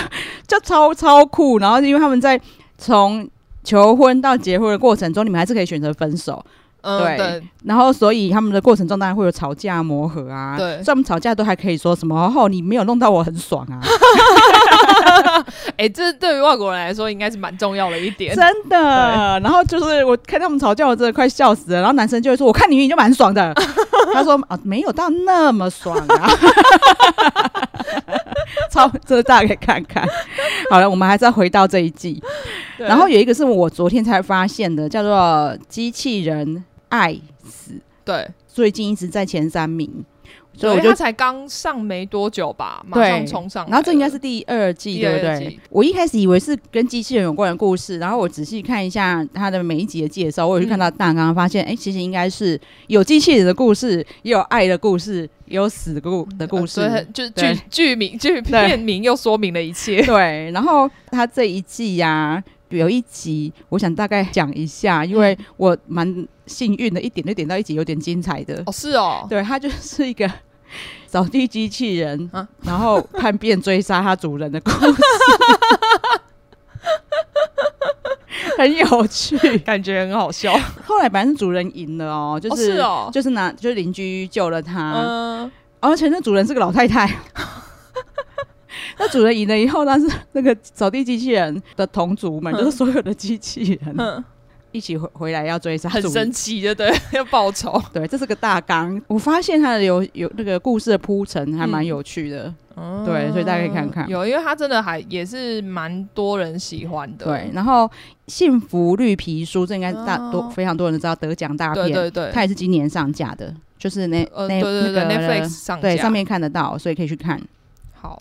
Speaker 1: 就超超酷，然后因为他们在从求婚到结婚的过程中，你们还是可以选择分手，
Speaker 2: 嗯，
Speaker 1: 对
Speaker 2: 对
Speaker 1: 然后，所以他们的过程中当然会有吵架、磨合啊。
Speaker 2: 对
Speaker 1: 所以他们吵架都还可以说什么“哦，你没有弄到我很爽啊
Speaker 2: 哎、这对于外国人来说应该是蛮重要的一”，点。
Speaker 1: 真的。然后就是我看他们吵架，我真的快笑死了。然后男生就会说：“我看你明明就蛮爽 的。”他说：“啊，没有到那么爽啊。” 超，这大家可以看看。好了，我们还是要回到这一季。
Speaker 2: 对
Speaker 1: 然后有一个是我昨天才发现的，叫做“机器人爱死
Speaker 2: 对，”，
Speaker 1: 最近一直在前三名，所以
Speaker 2: 因
Speaker 1: 我
Speaker 2: 为
Speaker 1: 就
Speaker 2: 他才刚上没多久吧，马上
Speaker 1: 对
Speaker 2: 冲上来了。
Speaker 1: 然后这应该是第二季，
Speaker 2: 第
Speaker 1: 对
Speaker 2: 二
Speaker 1: 不
Speaker 2: 季
Speaker 1: 对？我一开始以为是跟机器人有关的故事，然后我仔细看一下它的每一集的介绍，我有去看
Speaker 2: 嗯
Speaker 1: 到大纲，发现哎、诶其实应该是有机器人的故事，也有爱的故事，也有死的故的故事。
Speaker 2: 呃所以就是
Speaker 1: 对
Speaker 2: 剧剧名 剧
Speaker 1: 对
Speaker 2: 片名又说明了一切。
Speaker 1: 对，然后它这一季呀、有一集，我想大概讲一下，因
Speaker 2: 嗯
Speaker 1: 为我蛮幸运的，一点就点到一集有点精彩的。
Speaker 2: 哦，是哦，
Speaker 1: 对，它就是一个 扫地机器人，
Speaker 2: 啊
Speaker 1: 然后叛变追杀它主人的故事，很有趣。
Speaker 2: 感觉很好笑。
Speaker 1: 后来反正主人赢了哦，就
Speaker 2: 哦，
Speaker 1: 是,、
Speaker 2: 是哦，
Speaker 1: 就是拿就是邻居救了他，哦
Speaker 2: 嗯，
Speaker 1: 而且那主人是个老太太。 那主人赢了以后，但是那个扫地机器人的同族们，就是所有的机器人、
Speaker 2: 嗯
Speaker 1: 一起回回来要追杀
Speaker 2: 很
Speaker 1: 主人
Speaker 2: 生气，对不对？要报仇。
Speaker 1: 对，这是个大纲。我发现它的有有那个故事的铺陈还蛮有趣的。 对所以大家可以看看
Speaker 2: 嗯有，因为他真的还也是蛮多人喜欢的。
Speaker 1: 对，然后《幸福绿皮书》这应该大多、
Speaker 2: 哦
Speaker 1: 非常多人知道得奖大片，
Speaker 2: 对对对，
Speaker 1: 它也是今年上架的，就是那、
Speaker 2: 呃，
Speaker 1: 那
Speaker 2: 对对对
Speaker 1: 那个
Speaker 2: ，Netflix 上
Speaker 1: 对
Speaker 2: 架
Speaker 1: 上面看得到，所以可以去看。
Speaker 2: 好。啊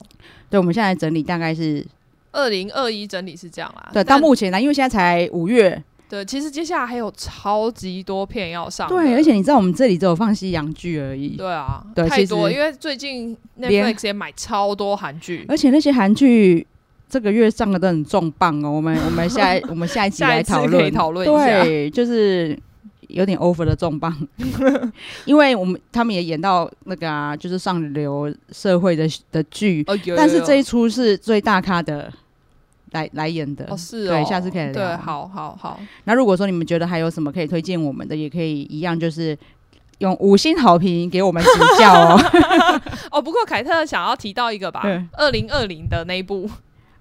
Speaker 1: 对，我们现在整理大概是
Speaker 2: 二零二一整理是这样啦，
Speaker 1: 对到
Speaker 2: 但
Speaker 1: 目前呢，因为现在才五月，
Speaker 2: 对，其实接下来还有超级多片要上的，
Speaker 1: 对，而且你知道我们这里只有放西洋剧而已，
Speaker 2: 对啊，
Speaker 1: 对
Speaker 2: 太
Speaker 1: 其
Speaker 2: 多了，
Speaker 1: 实
Speaker 2: 因为最近
Speaker 1: 连
Speaker 2: Netflix 也买超多韩剧，
Speaker 1: 而且那些韩剧这个月上的都很重磅哦。我 们我们下一我们下一集
Speaker 2: 下
Speaker 1: 来
Speaker 2: 一次
Speaker 1: 讨
Speaker 2: 可以
Speaker 1: 论
Speaker 2: 讨论一下，
Speaker 1: 对，就是有点 over 的重 磅，因为我们他们也演到那个啊，就是上流社会的的剧，
Speaker 2: 哦，有，
Speaker 1: 但是
Speaker 2: 有
Speaker 1: 这
Speaker 2: 有
Speaker 1: 一出是最大咖的来来演的。
Speaker 2: 哦是哦，
Speaker 1: 对下次可以聊
Speaker 2: 对，好好好，
Speaker 1: 那如果说你们觉得还有什么可以推荐我们的，也可以一样就是。用五星好评给我们指教 哦。
Speaker 2: 哦，不过凯特想要提到一个吧
Speaker 1: 对，
Speaker 2: 二零二零的那一部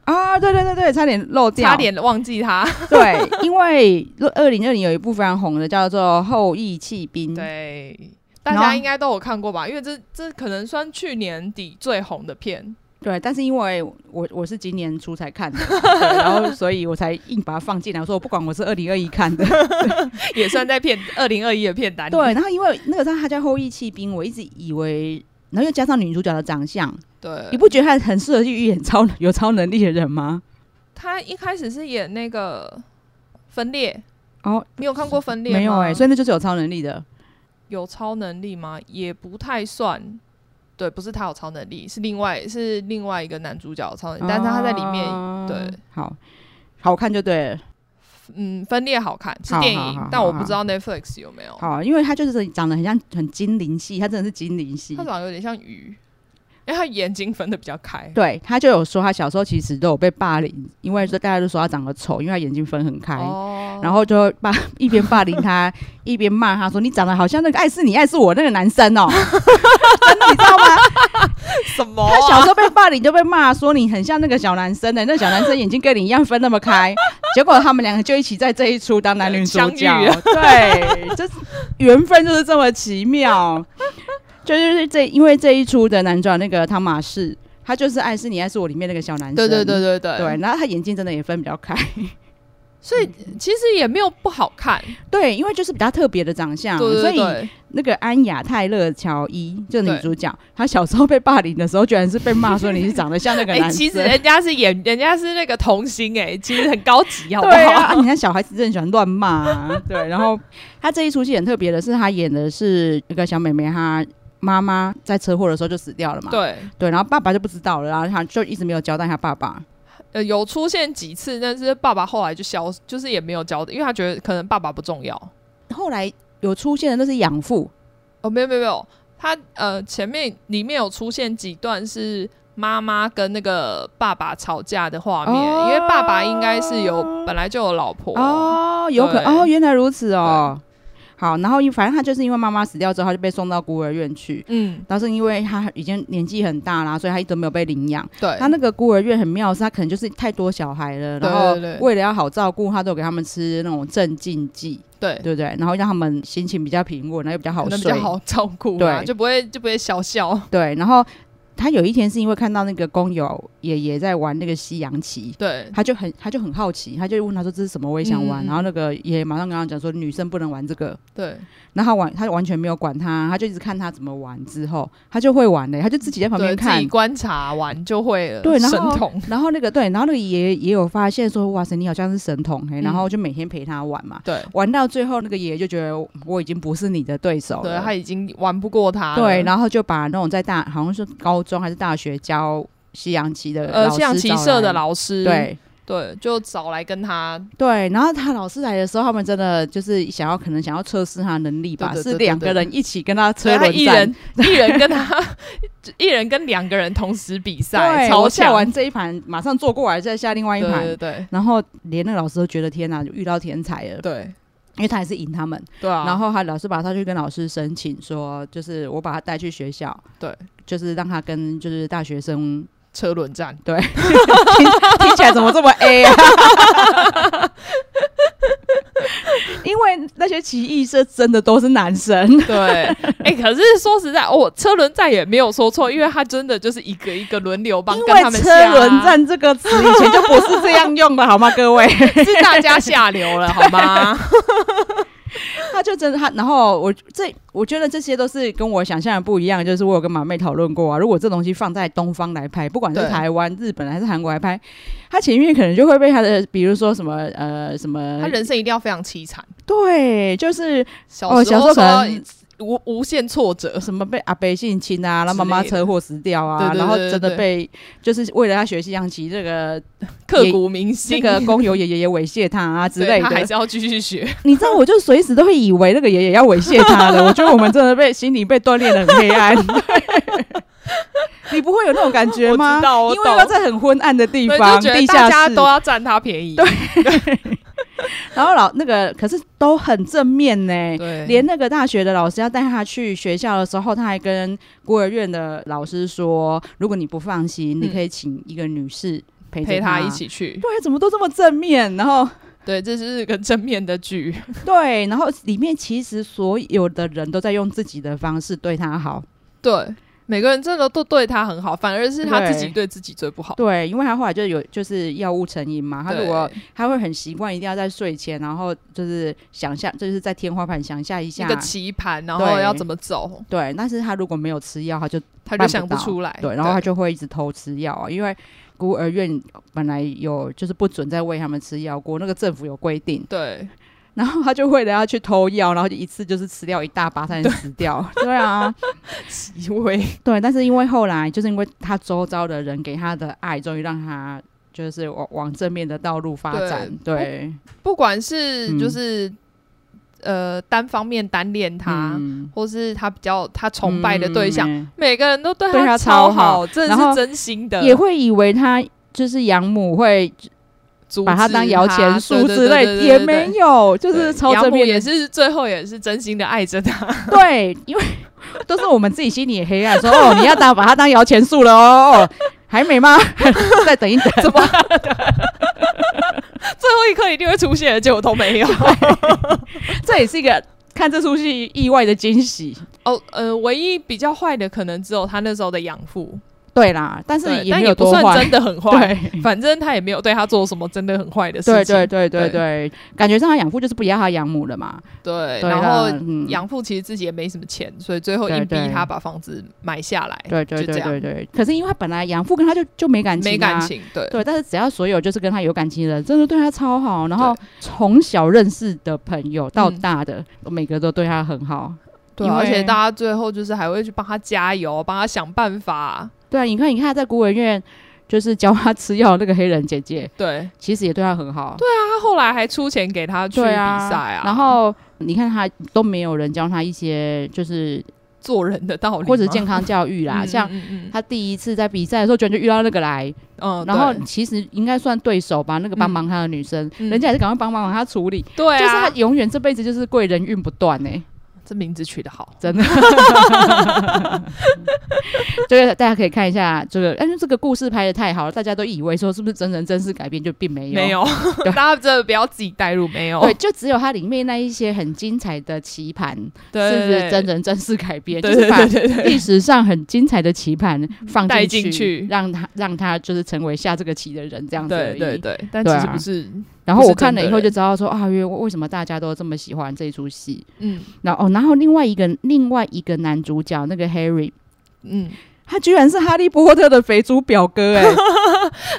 Speaker 1: 啊，对对对对，差点漏掉，
Speaker 2: 差点忘记他。
Speaker 1: 对，因为二零二零有一部非常红的叫做《后羿弃兵》，
Speaker 2: 对，大家应该都有看过吧？因为这这可能算去年底最红的片。
Speaker 1: 对，但是因为我我是今年初才看的，对然后所以我才硬把它放进来。我说我不管，我是二零二一 看的，
Speaker 2: 也算在片二零二一的片单。
Speaker 1: 对，然后因为那个时候他叫《后羿弃兵》，我一直以为，然后又加上女主角的长相，
Speaker 2: 对，
Speaker 1: 你不觉得她很适合去演超有超能力的人吗？
Speaker 2: 她一开始是演那个分裂
Speaker 1: 哦，
Speaker 2: 你有 啊看过分裂
Speaker 1: 没有哎、欸，所以那就是有超能力的，
Speaker 2: 有超能力吗？也不太算。对，不是他有超能力，是另外是另外一个男主角有超能力，但是他在里面、
Speaker 1: 啊、
Speaker 2: 对
Speaker 1: 好好看就对了，
Speaker 2: 嗯，分裂好看是电影，
Speaker 1: 好好好
Speaker 2: 但我不知道 Netflix 有没有。
Speaker 1: 好，因为他就是长得很像很精灵系，他真的是精灵系，
Speaker 2: 他长得有点像鱼，因为他眼睛分的比较开。
Speaker 1: 对，他就有说他小时候其实都有被霸凌，因为大家都说他长得丑，因为他眼睛分很开，
Speaker 2: 哦、
Speaker 1: 然后就霸 一边霸凌他，一边骂他说你长得好像那个爱是你爱是我那个男生哦、 真的你知道吗？
Speaker 2: 什么、啊？
Speaker 1: 他小时候被霸凌就被骂说你很像那个小男生的、欸，那小男生眼睛跟你一样分那么 开，结果他们两个就一起在这一出当男女主角。
Speaker 2: 啊、
Speaker 1: 对，这缘分就是这么奇 妙。就是这因为这一出的男主角那个汤马士，他就是《爱是你爱是我》里面那个小男生。
Speaker 2: 对对对对对。
Speaker 1: 对，然后他眼睛真的也分比较开，
Speaker 2: 所以其实也没有不好看。
Speaker 1: 对，因为就是比较特别的长相，
Speaker 2: 对对对
Speaker 1: 嗯所以。那个安雅泰勒乔伊，这女主角，她小时候被霸凌的时候，居然是被骂说你是长得像那 个男生。欸、
Speaker 2: 哎其实人家是演，人家是那个童星哎、欸，其实很高级，好不好？
Speaker 1: 对啊， 你看小孩子真的喜欢乱骂、啊。对，然 后她这一出戏很特别的是，她演的是一个小妹妹，她妈妈在车祸的时候就死掉了嘛。
Speaker 2: 对
Speaker 1: 对，然后爸爸就不知道了，然后她就一直没有交代她爸爸。
Speaker 2: 呃，有出现几次，但是爸爸后来就消，就是也没有交代，因为他觉得可能爸爸不重要。
Speaker 1: 后来。有出现的那是养父
Speaker 2: 哦，没有没有没有，他呃前面里面有出现几段是妈妈跟那个爸爸吵架的画面，
Speaker 1: 哦、
Speaker 2: 因为爸爸应该是有本来就有老婆
Speaker 1: 哦，有可哦原来如此哦，好，然后因反正他就是因为妈妈死掉之后，他就被送到孤儿院去，
Speaker 2: 嗯，
Speaker 1: 但是因为他已经年纪很大啦，所以他一直没有被领养。
Speaker 2: 对，
Speaker 1: 他那个孤儿院很妙，是他可能就是太多小孩了，然后
Speaker 2: 对对对
Speaker 1: 为了要好照顾，他都有给他们吃那种镇静剂。
Speaker 2: 对
Speaker 1: 对不对？然后让他们心情比较平稳，然后又比较好
Speaker 2: 可能
Speaker 1: 睡，
Speaker 2: 比较好照顾啊，
Speaker 1: 对
Speaker 2: 就不会就不会小笑。
Speaker 1: 对，然后他有一天是因为看到那个工友爷爷在玩那个西洋棋，
Speaker 2: 对，
Speaker 1: 他就很他就很好奇，他就问他说这是什么，我也想玩。
Speaker 2: 嗯
Speaker 1: 然后那个爷爷马上跟他讲说女生不能玩这个，
Speaker 2: 对，
Speaker 1: 然后他玩他完全没有管他，他就一直看他怎么玩，之后他就会玩嘞、他就自己在旁
Speaker 2: 对
Speaker 1: 边
Speaker 2: 自
Speaker 1: 看
Speaker 2: 己。观察完就会了。
Speaker 1: 对，然
Speaker 2: 神
Speaker 1: 后
Speaker 2: 童。
Speaker 1: 然后那个对，然后那个爷爷也有发现说，哇塞，你好像是神童嘿，然
Speaker 2: 嗯
Speaker 1: 后就每天陪他玩嘛，
Speaker 2: 对，
Speaker 1: 玩到最后那个爷爷就觉得我已经不是你的对手
Speaker 2: 对
Speaker 1: 了，
Speaker 2: 他已经玩不过他了。
Speaker 1: 对，然后就把那种在大好像是高中还是大学教西洋棋的
Speaker 2: 呃，
Speaker 1: 老师
Speaker 2: 象棋社
Speaker 1: 找
Speaker 2: 的
Speaker 1: 来
Speaker 2: 老师，
Speaker 1: 对
Speaker 2: 对，就找来跟他
Speaker 1: 对，然后他老师来的时候，他们真的就是想要可能想要测试他的能力吧，
Speaker 2: 对对对
Speaker 1: 是
Speaker 2: 对
Speaker 1: 两
Speaker 2: 对
Speaker 1: 个人一起跟他
Speaker 2: 所以
Speaker 1: 车
Speaker 2: 他
Speaker 1: 轮
Speaker 2: 一
Speaker 1: 战
Speaker 2: 人。一人跟他 一人跟两个人同时比赛，
Speaker 1: 对，
Speaker 2: 超
Speaker 1: 我下
Speaker 2: 强
Speaker 1: 完这一盘，马上坐过来再下另外一
Speaker 2: 对
Speaker 1: 盘，
Speaker 2: 对对
Speaker 1: 然后连那个老师都觉得天哪，遇到天才了，
Speaker 2: 对
Speaker 1: 因为他还是赢他们。
Speaker 2: 对啊，
Speaker 1: 然后他老师把他去跟老师申请说，就是我把他带去学校，
Speaker 2: 对，
Speaker 1: 就是让他跟就是大学生
Speaker 2: 车轮战，
Speaker 1: 听起来怎么这么 A 啊？ 因为那些奇异社真的都是男生，
Speaker 2: 对，哎、可是说实在，哦，车轮战也没有说错，因为他真的就是一个一个轮流帮
Speaker 1: 因
Speaker 2: 跟他
Speaker 1: 为
Speaker 2: 们
Speaker 1: 车
Speaker 2: 下啊
Speaker 1: 轮战这个词以前就不是这样用的，好吗？各位，
Speaker 2: 是大家下 流了，好吗？
Speaker 1: 他就真的他，然后我这我觉得这些都是跟我想象的不一样，就是我有跟马妹讨论过啊，如果这东西放在东方来拍，不管是
Speaker 2: 对
Speaker 1: 台湾、日本还是韩国来拍，他前面可能就会被他的，比如说什么呃什么
Speaker 2: 他，人生一定要非常凄惨，
Speaker 1: 对，就是
Speaker 2: 小
Speaker 1: 哦，
Speaker 2: 时
Speaker 1: 小时候可
Speaker 2: 说
Speaker 1: 能
Speaker 2: 无无限挫折，
Speaker 1: 什么被阿伯性侵啊，然后妈
Speaker 2: 之
Speaker 1: 妈
Speaker 2: 类的
Speaker 1: 车祸死掉啊，
Speaker 2: 对对对
Speaker 1: 然后
Speaker 2: 对
Speaker 1: 真的
Speaker 2: 对
Speaker 1: 被就是为了他学西洋棋，这个
Speaker 2: 刻骨铭
Speaker 1: 那
Speaker 2: 心。
Speaker 1: 个工友爷爷也猥亵他啊之
Speaker 2: 对
Speaker 1: 类
Speaker 2: 他还
Speaker 1: 的
Speaker 2: 是。要继 续学，
Speaker 1: 你知道，我就随时都会以为那个爷爷要猥亵他 了。我觉得我们真的被心理被锻炼的很黑暗。对你不会有那种感觉吗？
Speaker 2: 我知道我
Speaker 1: 因
Speaker 2: 懂
Speaker 1: 为要在很昏暗的地
Speaker 2: 对，
Speaker 1: 方，
Speaker 2: 就觉
Speaker 1: 地
Speaker 2: 得大
Speaker 1: 下
Speaker 2: 家
Speaker 1: 室
Speaker 2: 都。要占他便宜。对
Speaker 1: 然后老那个可是都很正面呢、
Speaker 2: 对，
Speaker 1: 连那个大学的老师要带他去学校的时候，他还跟孤儿院的老师说：“如果你不放心，
Speaker 2: 嗯
Speaker 1: 你可以请一个女士陪着
Speaker 2: 陪
Speaker 1: 他
Speaker 2: 他一。起 去。
Speaker 1: 对，怎么都这么正面？然后
Speaker 2: 对，这是个正面的剧，
Speaker 1: 对，然后里面其实所有的人都在用自己的方式对他好。
Speaker 2: 对，每个人真的都对他很好，反而是他自己对自己最不好。
Speaker 1: 对，因为他后来就有就是药物成瘾嘛，他
Speaker 2: 对
Speaker 1: 如果他会很习惯，一定要在睡前，然后就是想象，就是在天花板想象一
Speaker 2: 一
Speaker 1: 下
Speaker 2: 个。棋盘，然后
Speaker 1: 对
Speaker 2: 要怎么走，
Speaker 1: 对，但是他如果没有吃药，他就
Speaker 2: 他
Speaker 1: 办
Speaker 2: 就
Speaker 1: 不
Speaker 2: 想不
Speaker 1: 到
Speaker 2: 出来。
Speaker 1: 对，然后他就会一直偷吃药啊，因为孤儿院本来有就是不准再喂他们吃药过，那个政府有规定，
Speaker 2: 对
Speaker 1: 然后他就为了要去偷药，然后就一次就是吃掉一大把，才能死掉。 对啊，
Speaker 2: 极为
Speaker 1: 对，但是因为后来就是因为他周遭的人给他的爱，终于让他。就是往往正面的道路发展，对，
Speaker 2: 不管是
Speaker 1: 嗯
Speaker 2: 就是、呃单方面单恋他，
Speaker 1: 嗯
Speaker 2: 或是他比较他崇拜的对象，
Speaker 1: 嗯
Speaker 2: 每个人都对
Speaker 1: 对他
Speaker 2: 超
Speaker 1: 超好
Speaker 2: 真的
Speaker 1: 然
Speaker 2: 是
Speaker 1: 后
Speaker 2: 真心的，
Speaker 1: 也会以为他就是养母会
Speaker 2: 呃阻
Speaker 1: 把他
Speaker 2: 止
Speaker 1: 当摇钱树
Speaker 2: 对
Speaker 1: 之
Speaker 2: 对
Speaker 1: 类
Speaker 2: 对，对
Speaker 1: 也
Speaker 2: 对
Speaker 1: 没
Speaker 2: 对
Speaker 1: 有，就是
Speaker 2: 对
Speaker 1: 超
Speaker 2: 养
Speaker 1: 正
Speaker 2: 母
Speaker 1: 面的
Speaker 2: 也是最后也是真心的爱着他，
Speaker 1: 对，因为都是我们自己心里也黑暗，说哦，你要当把它当摇钱树了哦，哦还没吗？ 再等一等，
Speaker 2: 怎么？最后一刻一定会出现的，结果都 没有。
Speaker 1: 这也是一个看这出戏意外的惊喜。
Speaker 2: 哦，呃，唯一比较坏的可能只有他那时候的养父，
Speaker 1: 对啦，但是
Speaker 2: 对，
Speaker 1: 也
Speaker 2: 但
Speaker 1: 没
Speaker 2: 也
Speaker 1: 有
Speaker 2: 不
Speaker 1: 多
Speaker 2: 算
Speaker 1: 坏
Speaker 2: 真，的很坏。
Speaker 1: 对。
Speaker 2: 反正他也没有对他做什么真的很坏的事
Speaker 1: 对
Speaker 2: 情。
Speaker 1: 对对对
Speaker 2: 对
Speaker 1: 对，感觉上他养父就是不要他养母了嘛。
Speaker 2: 对
Speaker 1: 对
Speaker 2: 然
Speaker 1: 啦
Speaker 2: 后
Speaker 1: 嗯
Speaker 2: 养父其实自己也没什么钱，所以最后
Speaker 1: 对
Speaker 2: 硬逼
Speaker 1: 对
Speaker 2: 他把房子买下来。
Speaker 1: 对对
Speaker 2: 哎就这
Speaker 1: 对
Speaker 2: 样
Speaker 1: 对对，可是因为他本来养父跟他就就没感情、啊，
Speaker 2: 没感。情，对
Speaker 1: 对，但是只要所有就是跟他有感情的人，真的对他超好。然后从小认识的朋友到
Speaker 2: 嗯
Speaker 1: 大的，每个都对他很好。
Speaker 2: 对，
Speaker 1: 因
Speaker 2: 而且
Speaker 1: 为
Speaker 2: 大家最后就是还会去帮他加油，帮他想办法，
Speaker 1: 对啊，你看，你看他在孤儿院就是教他吃药的那个黑人姐姐，
Speaker 2: 对
Speaker 1: 其实也对他很好。对
Speaker 2: 他后来还出钱给他去比赛
Speaker 1: 啊，
Speaker 2: 啊，
Speaker 1: 然后你看他都没有人教他一些就是
Speaker 2: 做人的道理吗，
Speaker 1: 或者健康教育啦，
Speaker 2: 嗯
Speaker 1: 像。
Speaker 2: 嗯嗯
Speaker 1: 他第一次在比赛的时候，居然就遇到那个来，
Speaker 2: 嗯，
Speaker 1: 然后
Speaker 2: 对
Speaker 1: 其实应该算对手吧，那个帮忙他的女生，
Speaker 2: 嗯
Speaker 1: 人家也是赶快帮忙他处理，
Speaker 2: 对
Speaker 1: 就是他
Speaker 2: 啊，
Speaker 1: 永远这辈子就是贵人运不断 呢、
Speaker 2: 这名字取得好，
Speaker 1: 真的。就是大家可以看一下这个，哎但是这个故事拍的太好了，大家都以为说是不是真人真事改编，就并没有，
Speaker 2: 没有，
Speaker 1: 对
Speaker 2: 大家真的不要自己带入，没有，
Speaker 1: 对，就只有它里面那一些很精彩的棋盘，
Speaker 2: 对
Speaker 1: 是不
Speaker 2: 对
Speaker 1: 是
Speaker 2: 对
Speaker 1: 真人真事改编？就
Speaker 2: 对
Speaker 1: 是
Speaker 2: 对
Speaker 1: 把
Speaker 2: 对对对，
Speaker 1: 历史上很精彩的棋盘放
Speaker 2: 带
Speaker 1: 进
Speaker 2: 进去
Speaker 1: 让他让他就是成为下这个棋的人这样子而
Speaker 2: 对
Speaker 1: 已。
Speaker 2: 对对，但
Speaker 1: 对
Speaker 2: 其实
Speaker 1: 啊
Speaker 2: 不是，
Speaker 1: 然后
Speaker 2: 不是
Speaker 1: 我看了
Speaker 2: 真
Speaker 1: 以
Speaker 2: 的
Speaker 1: 后
Speaker 2: 人
Speaker 1: 就知道说啊，为为什么大家都这么喜欢这一出戏？
Speaker 2: 嗯
Speaker 1: 然后哦，然后另外一个另外一个男主角那个 Harry，
Speaker 2: 嗯，
Speaker 1: 他居然是哈利波特的肥猪表哥 哎、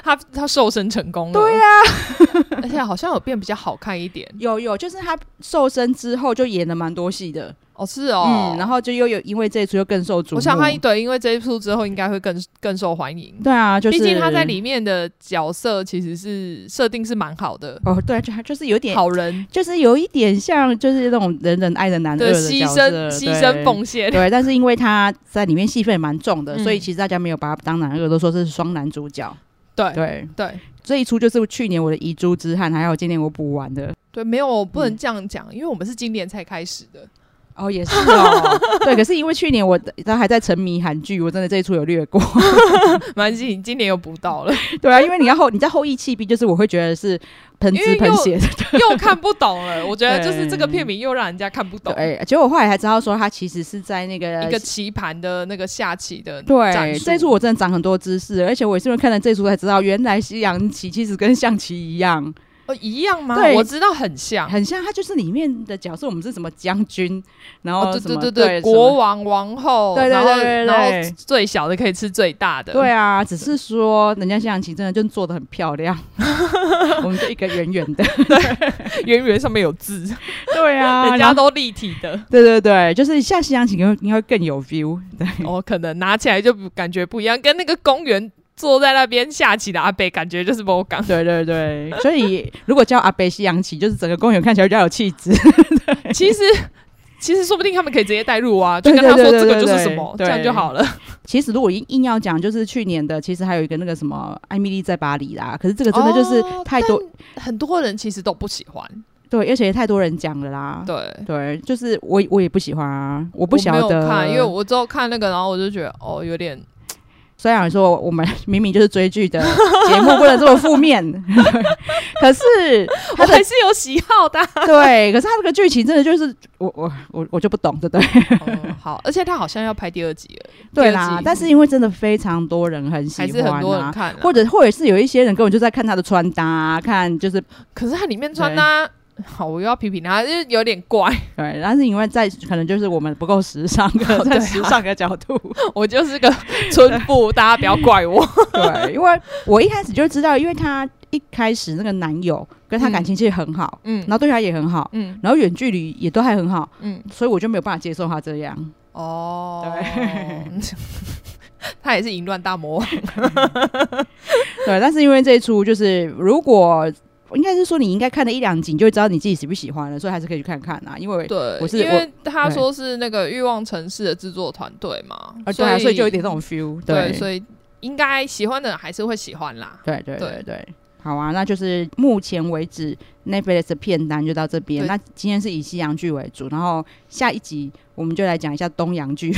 Speaker 2: 他他瘦身成功了，对
Speaker 1: 啊
Speaker 2: 呀， 而且好像有变比较好看一点，
Speaker 1: 有有，就是他瘦身之后就演了蛮多戏的，
Speaker 2: 哦是哦，
Speaker 1: 嗯，然后就又有因为这一出又更受瞩目。
Speaker 2: 我想他一对，因为这一出之后应该会更更受欢迎。
Speaker 1: 对啊，就是
Speaker 2: 毕竟他在里面的角色其实是设定是蛮好的，
Speaker 1: 哦，对、啊，就他就是有点，
Speaker 2: 好人
Speaker 1: 就是有一点像，就是那种人人爱的男二
Speaker 2: 对
Speaker 1: 的
Speaker 2: 牺
Speaker 1: 角
Speaker 2: 牲
Speaker 1: 色
Speaker 2: 牺牲。奉献
Speaker 1: 对，对，但是因为他在里面戏份也蛮重的，
Speaker 2: 嗯
Speaker 1: 所以其实大家没有把他当男二，都说这是双男主角。
Speaker 2: 对
Speaker 1: 对，
Speaker 2: 对
Speaker 1: 这一出就是去年我的遗珠之憾，还有今年我补完的。
Speaker 2: 对，没有不
Speaker 1: 嗯
Speaker 2: 能这样讲，因为我们是今年才开始的，
Speaker 1: 哦，也是哦，对，可是因为去年我他还在沉迷韩剧，我真的这一出有略过。
Speaker 2: 蛮你今年又补到了，
Speaker 1: 对啊，因为你要后你在后羿弃兵，就是我会觉得是喷
Speaker 2: 因为
Speaker 1: 汁
Speaker 2: 又
Speaker 1: 喷血的。
Speaker 2: 又看不懂了。我觉得就是
Speaker 1: 对
Speaker 2: 这个片名又让人家看不懂，
Speaker 1: 对，结果我后来才知道说他其实是在那个
Speaker 2: 一个棋盘的那个下棋的战
Speaker 1: 对，
Speaker 2: 术
Speaker 1: 这一出我真的长很多知识，而且我也是因为看了这一出才知道，原来西洋棋其实跟象棋一样，
Speaker 2: 哦一样吗？
Speaker 1: 对
Speaker 2: 我知道很像。
Speaker 1: 很像。它就是里面的角色，我们是什么将军，然后
Speaker 2: 哦，对
Speaker 1: 什么
Speaker 2: 对
Speaker 1: 对
Speaker 2: 对，国王、王后，
Speaker 1: 对对
Speaker 2: 然后
Speaker 1: 对对对
Speaker 2: 然后最小的可以吃最大的，
Speaker 1: 什么对啊，只是说人家西洋棋真的就做的很漂 亮，我们就一个圆圆的，
Speaker 2: 圆圆上面有字，
Speaker 1: 对啊，
Speaker 2: 人
Speaker 1: 然
Speaker 2: 家
Speaker 1: 后
Speaker 2: 都立体的，
Speaker 1: 对对对，就是下西洋棋应该应该更有 view，对
Speaker 2: 哦，可能拿起来就不感觉不一样，跟那个公园坐在那边下棋的阿北感觉就是不 港
Speaker 1: 对对对，所以如果叫阿北西洋棋，就是整个公园看起来比较有气质，
Speaker 2: 其实。其实说不定他们可以直接带入啊，就
Speaker 1: 对
Speaker 2: 跟他说
Speaker 1: 对对
Speaker 2: 这个
Speaker 1: 对
Speaker 2: 就是
Speaker 1: 对
Speaker 2: 什么，这
Speaker 1: 对
Speaker 2: 样就好了。
Speaker 1: 其实如果硬硬要讲，就是去年的，其实还有一个那个什么《艾米丽在巴黎》啦。可是这个真的就是
Speaker 2: 哦
Speaker 1: 太多、
Speaker 2: 但很多人其实都不喜欢，
Speaker 1: 对，而且也太多人讲了啦。
Speaker 2: 对，
Speaker 1: 对，就是我我也不喜欢啊，我不晓
Speaker 2: 我没有
Speaker 1: 得，
Speaker 2: 看，因为我之后看那个，然后我就觉得哦，有点
Speaker 1: 虽然说我们明明就是追剧的节目，不能这么负面， 可是
Speaker 2: 我还是有喜好的啊。
Speaker 1: 对，可是他这个剧情真的就是我我我我就不懂，对不对？
Speaker 2: 哦 好，而且他好像要拍第二集了，
Speaker 1: 对
Speaker 2: 第二
Speaker 1: 啦
Speaker 2: 季，
Speaker 1: 但是因为真的非常多人很喜
Speaker 2: 还
Speaker 1: 欢、啊，
Speaker 2: 是很多人看啊。
Speaker 1: 或者或者是有一些人根本就在看他的穿搭、啊，看就是
Speaker 2: 可是它里面穿搭、好，我又要批评他，就是有点怪。
Speaker 1: 对，但是因为在可能就是我们不够时尚，可能
Speaker 2: 对
Speaker 1: 在
Speaker 2: 啊
Speaker 1: 时尚的角 度，
Speaker 2: 我就是个村 妇，大家不要怪我。
Speaker 1: 对，因为我一开始就知道，因为他一开始那个男友跟他感情其实很好，
Speaker 2: 嗯
Speaker 1: 然后对他也很好，
Speaker 2: 嗯
Speaker 1: 然后远距离也都还很好，
Speaker 2: 嗯，
Speaker 1: 所以我就没有办法接受他这样。
Speaker 2: 哦，
Speaker 1: 对，
Speaker 2: 他也是淫乱大魔王。
Speaker 1: 对，但是因为这一出就是如果。应该是说你应该看了一两集，你就会知道你自己喜不喜欢了，所以还是可以去看看啊。因为
Speaker 2: 对，
Speaker 1: 我是
Speaker 2: 因为他说是那个欲望城市的制作团队嘛，
Speaker 1: 啊，对啊，所以就有点那种 feel
Speaker 2: 嗯对，
Speaker 1: 对
Speaker 2: 所以应该喜欢的人还是会喜欢啦。
Speaker 1: 对对
Speaker 2: 对
Speaker 1: 对对，好啊，那就是目前为止 Netflix 的片单就到这边。
Speaker 2: 对
Speaker 1: 那今天是以西洋剧为主，然后下一集我们就来讲一下东洋 剧。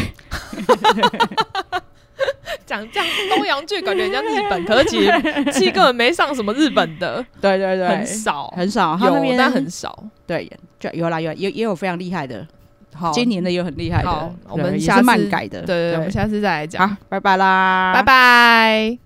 Speaker 2: 讲这样东洋剧，感觉很像日本，可是其实其实根本没上什么日本 的，
Speaker 1: 对对对，
Speaker 2: 很少，
Speaker 1: 很少，他那
Speaker 2: 有
Speaker 1: 边
Speaker 2: 但很少。
Speaker 1: 对，就有啦有啦也也有非常厉害的，
Speaker 2: 好，
Speaker 1: 今年的也有很厉害的
Speaker 2: 好，
Speaker 1: 对
Speaker 2: 我们
Speaker 1: 也
Speaker 2: 下
Speaker 1: 是
Speaker 2: 次
Speaker 1: 漫改的，
Speaker 2: 对对对，我们下次再来讲
Speaker 1: 好，，拜拜啦，
Speaker 2: 拜。拜。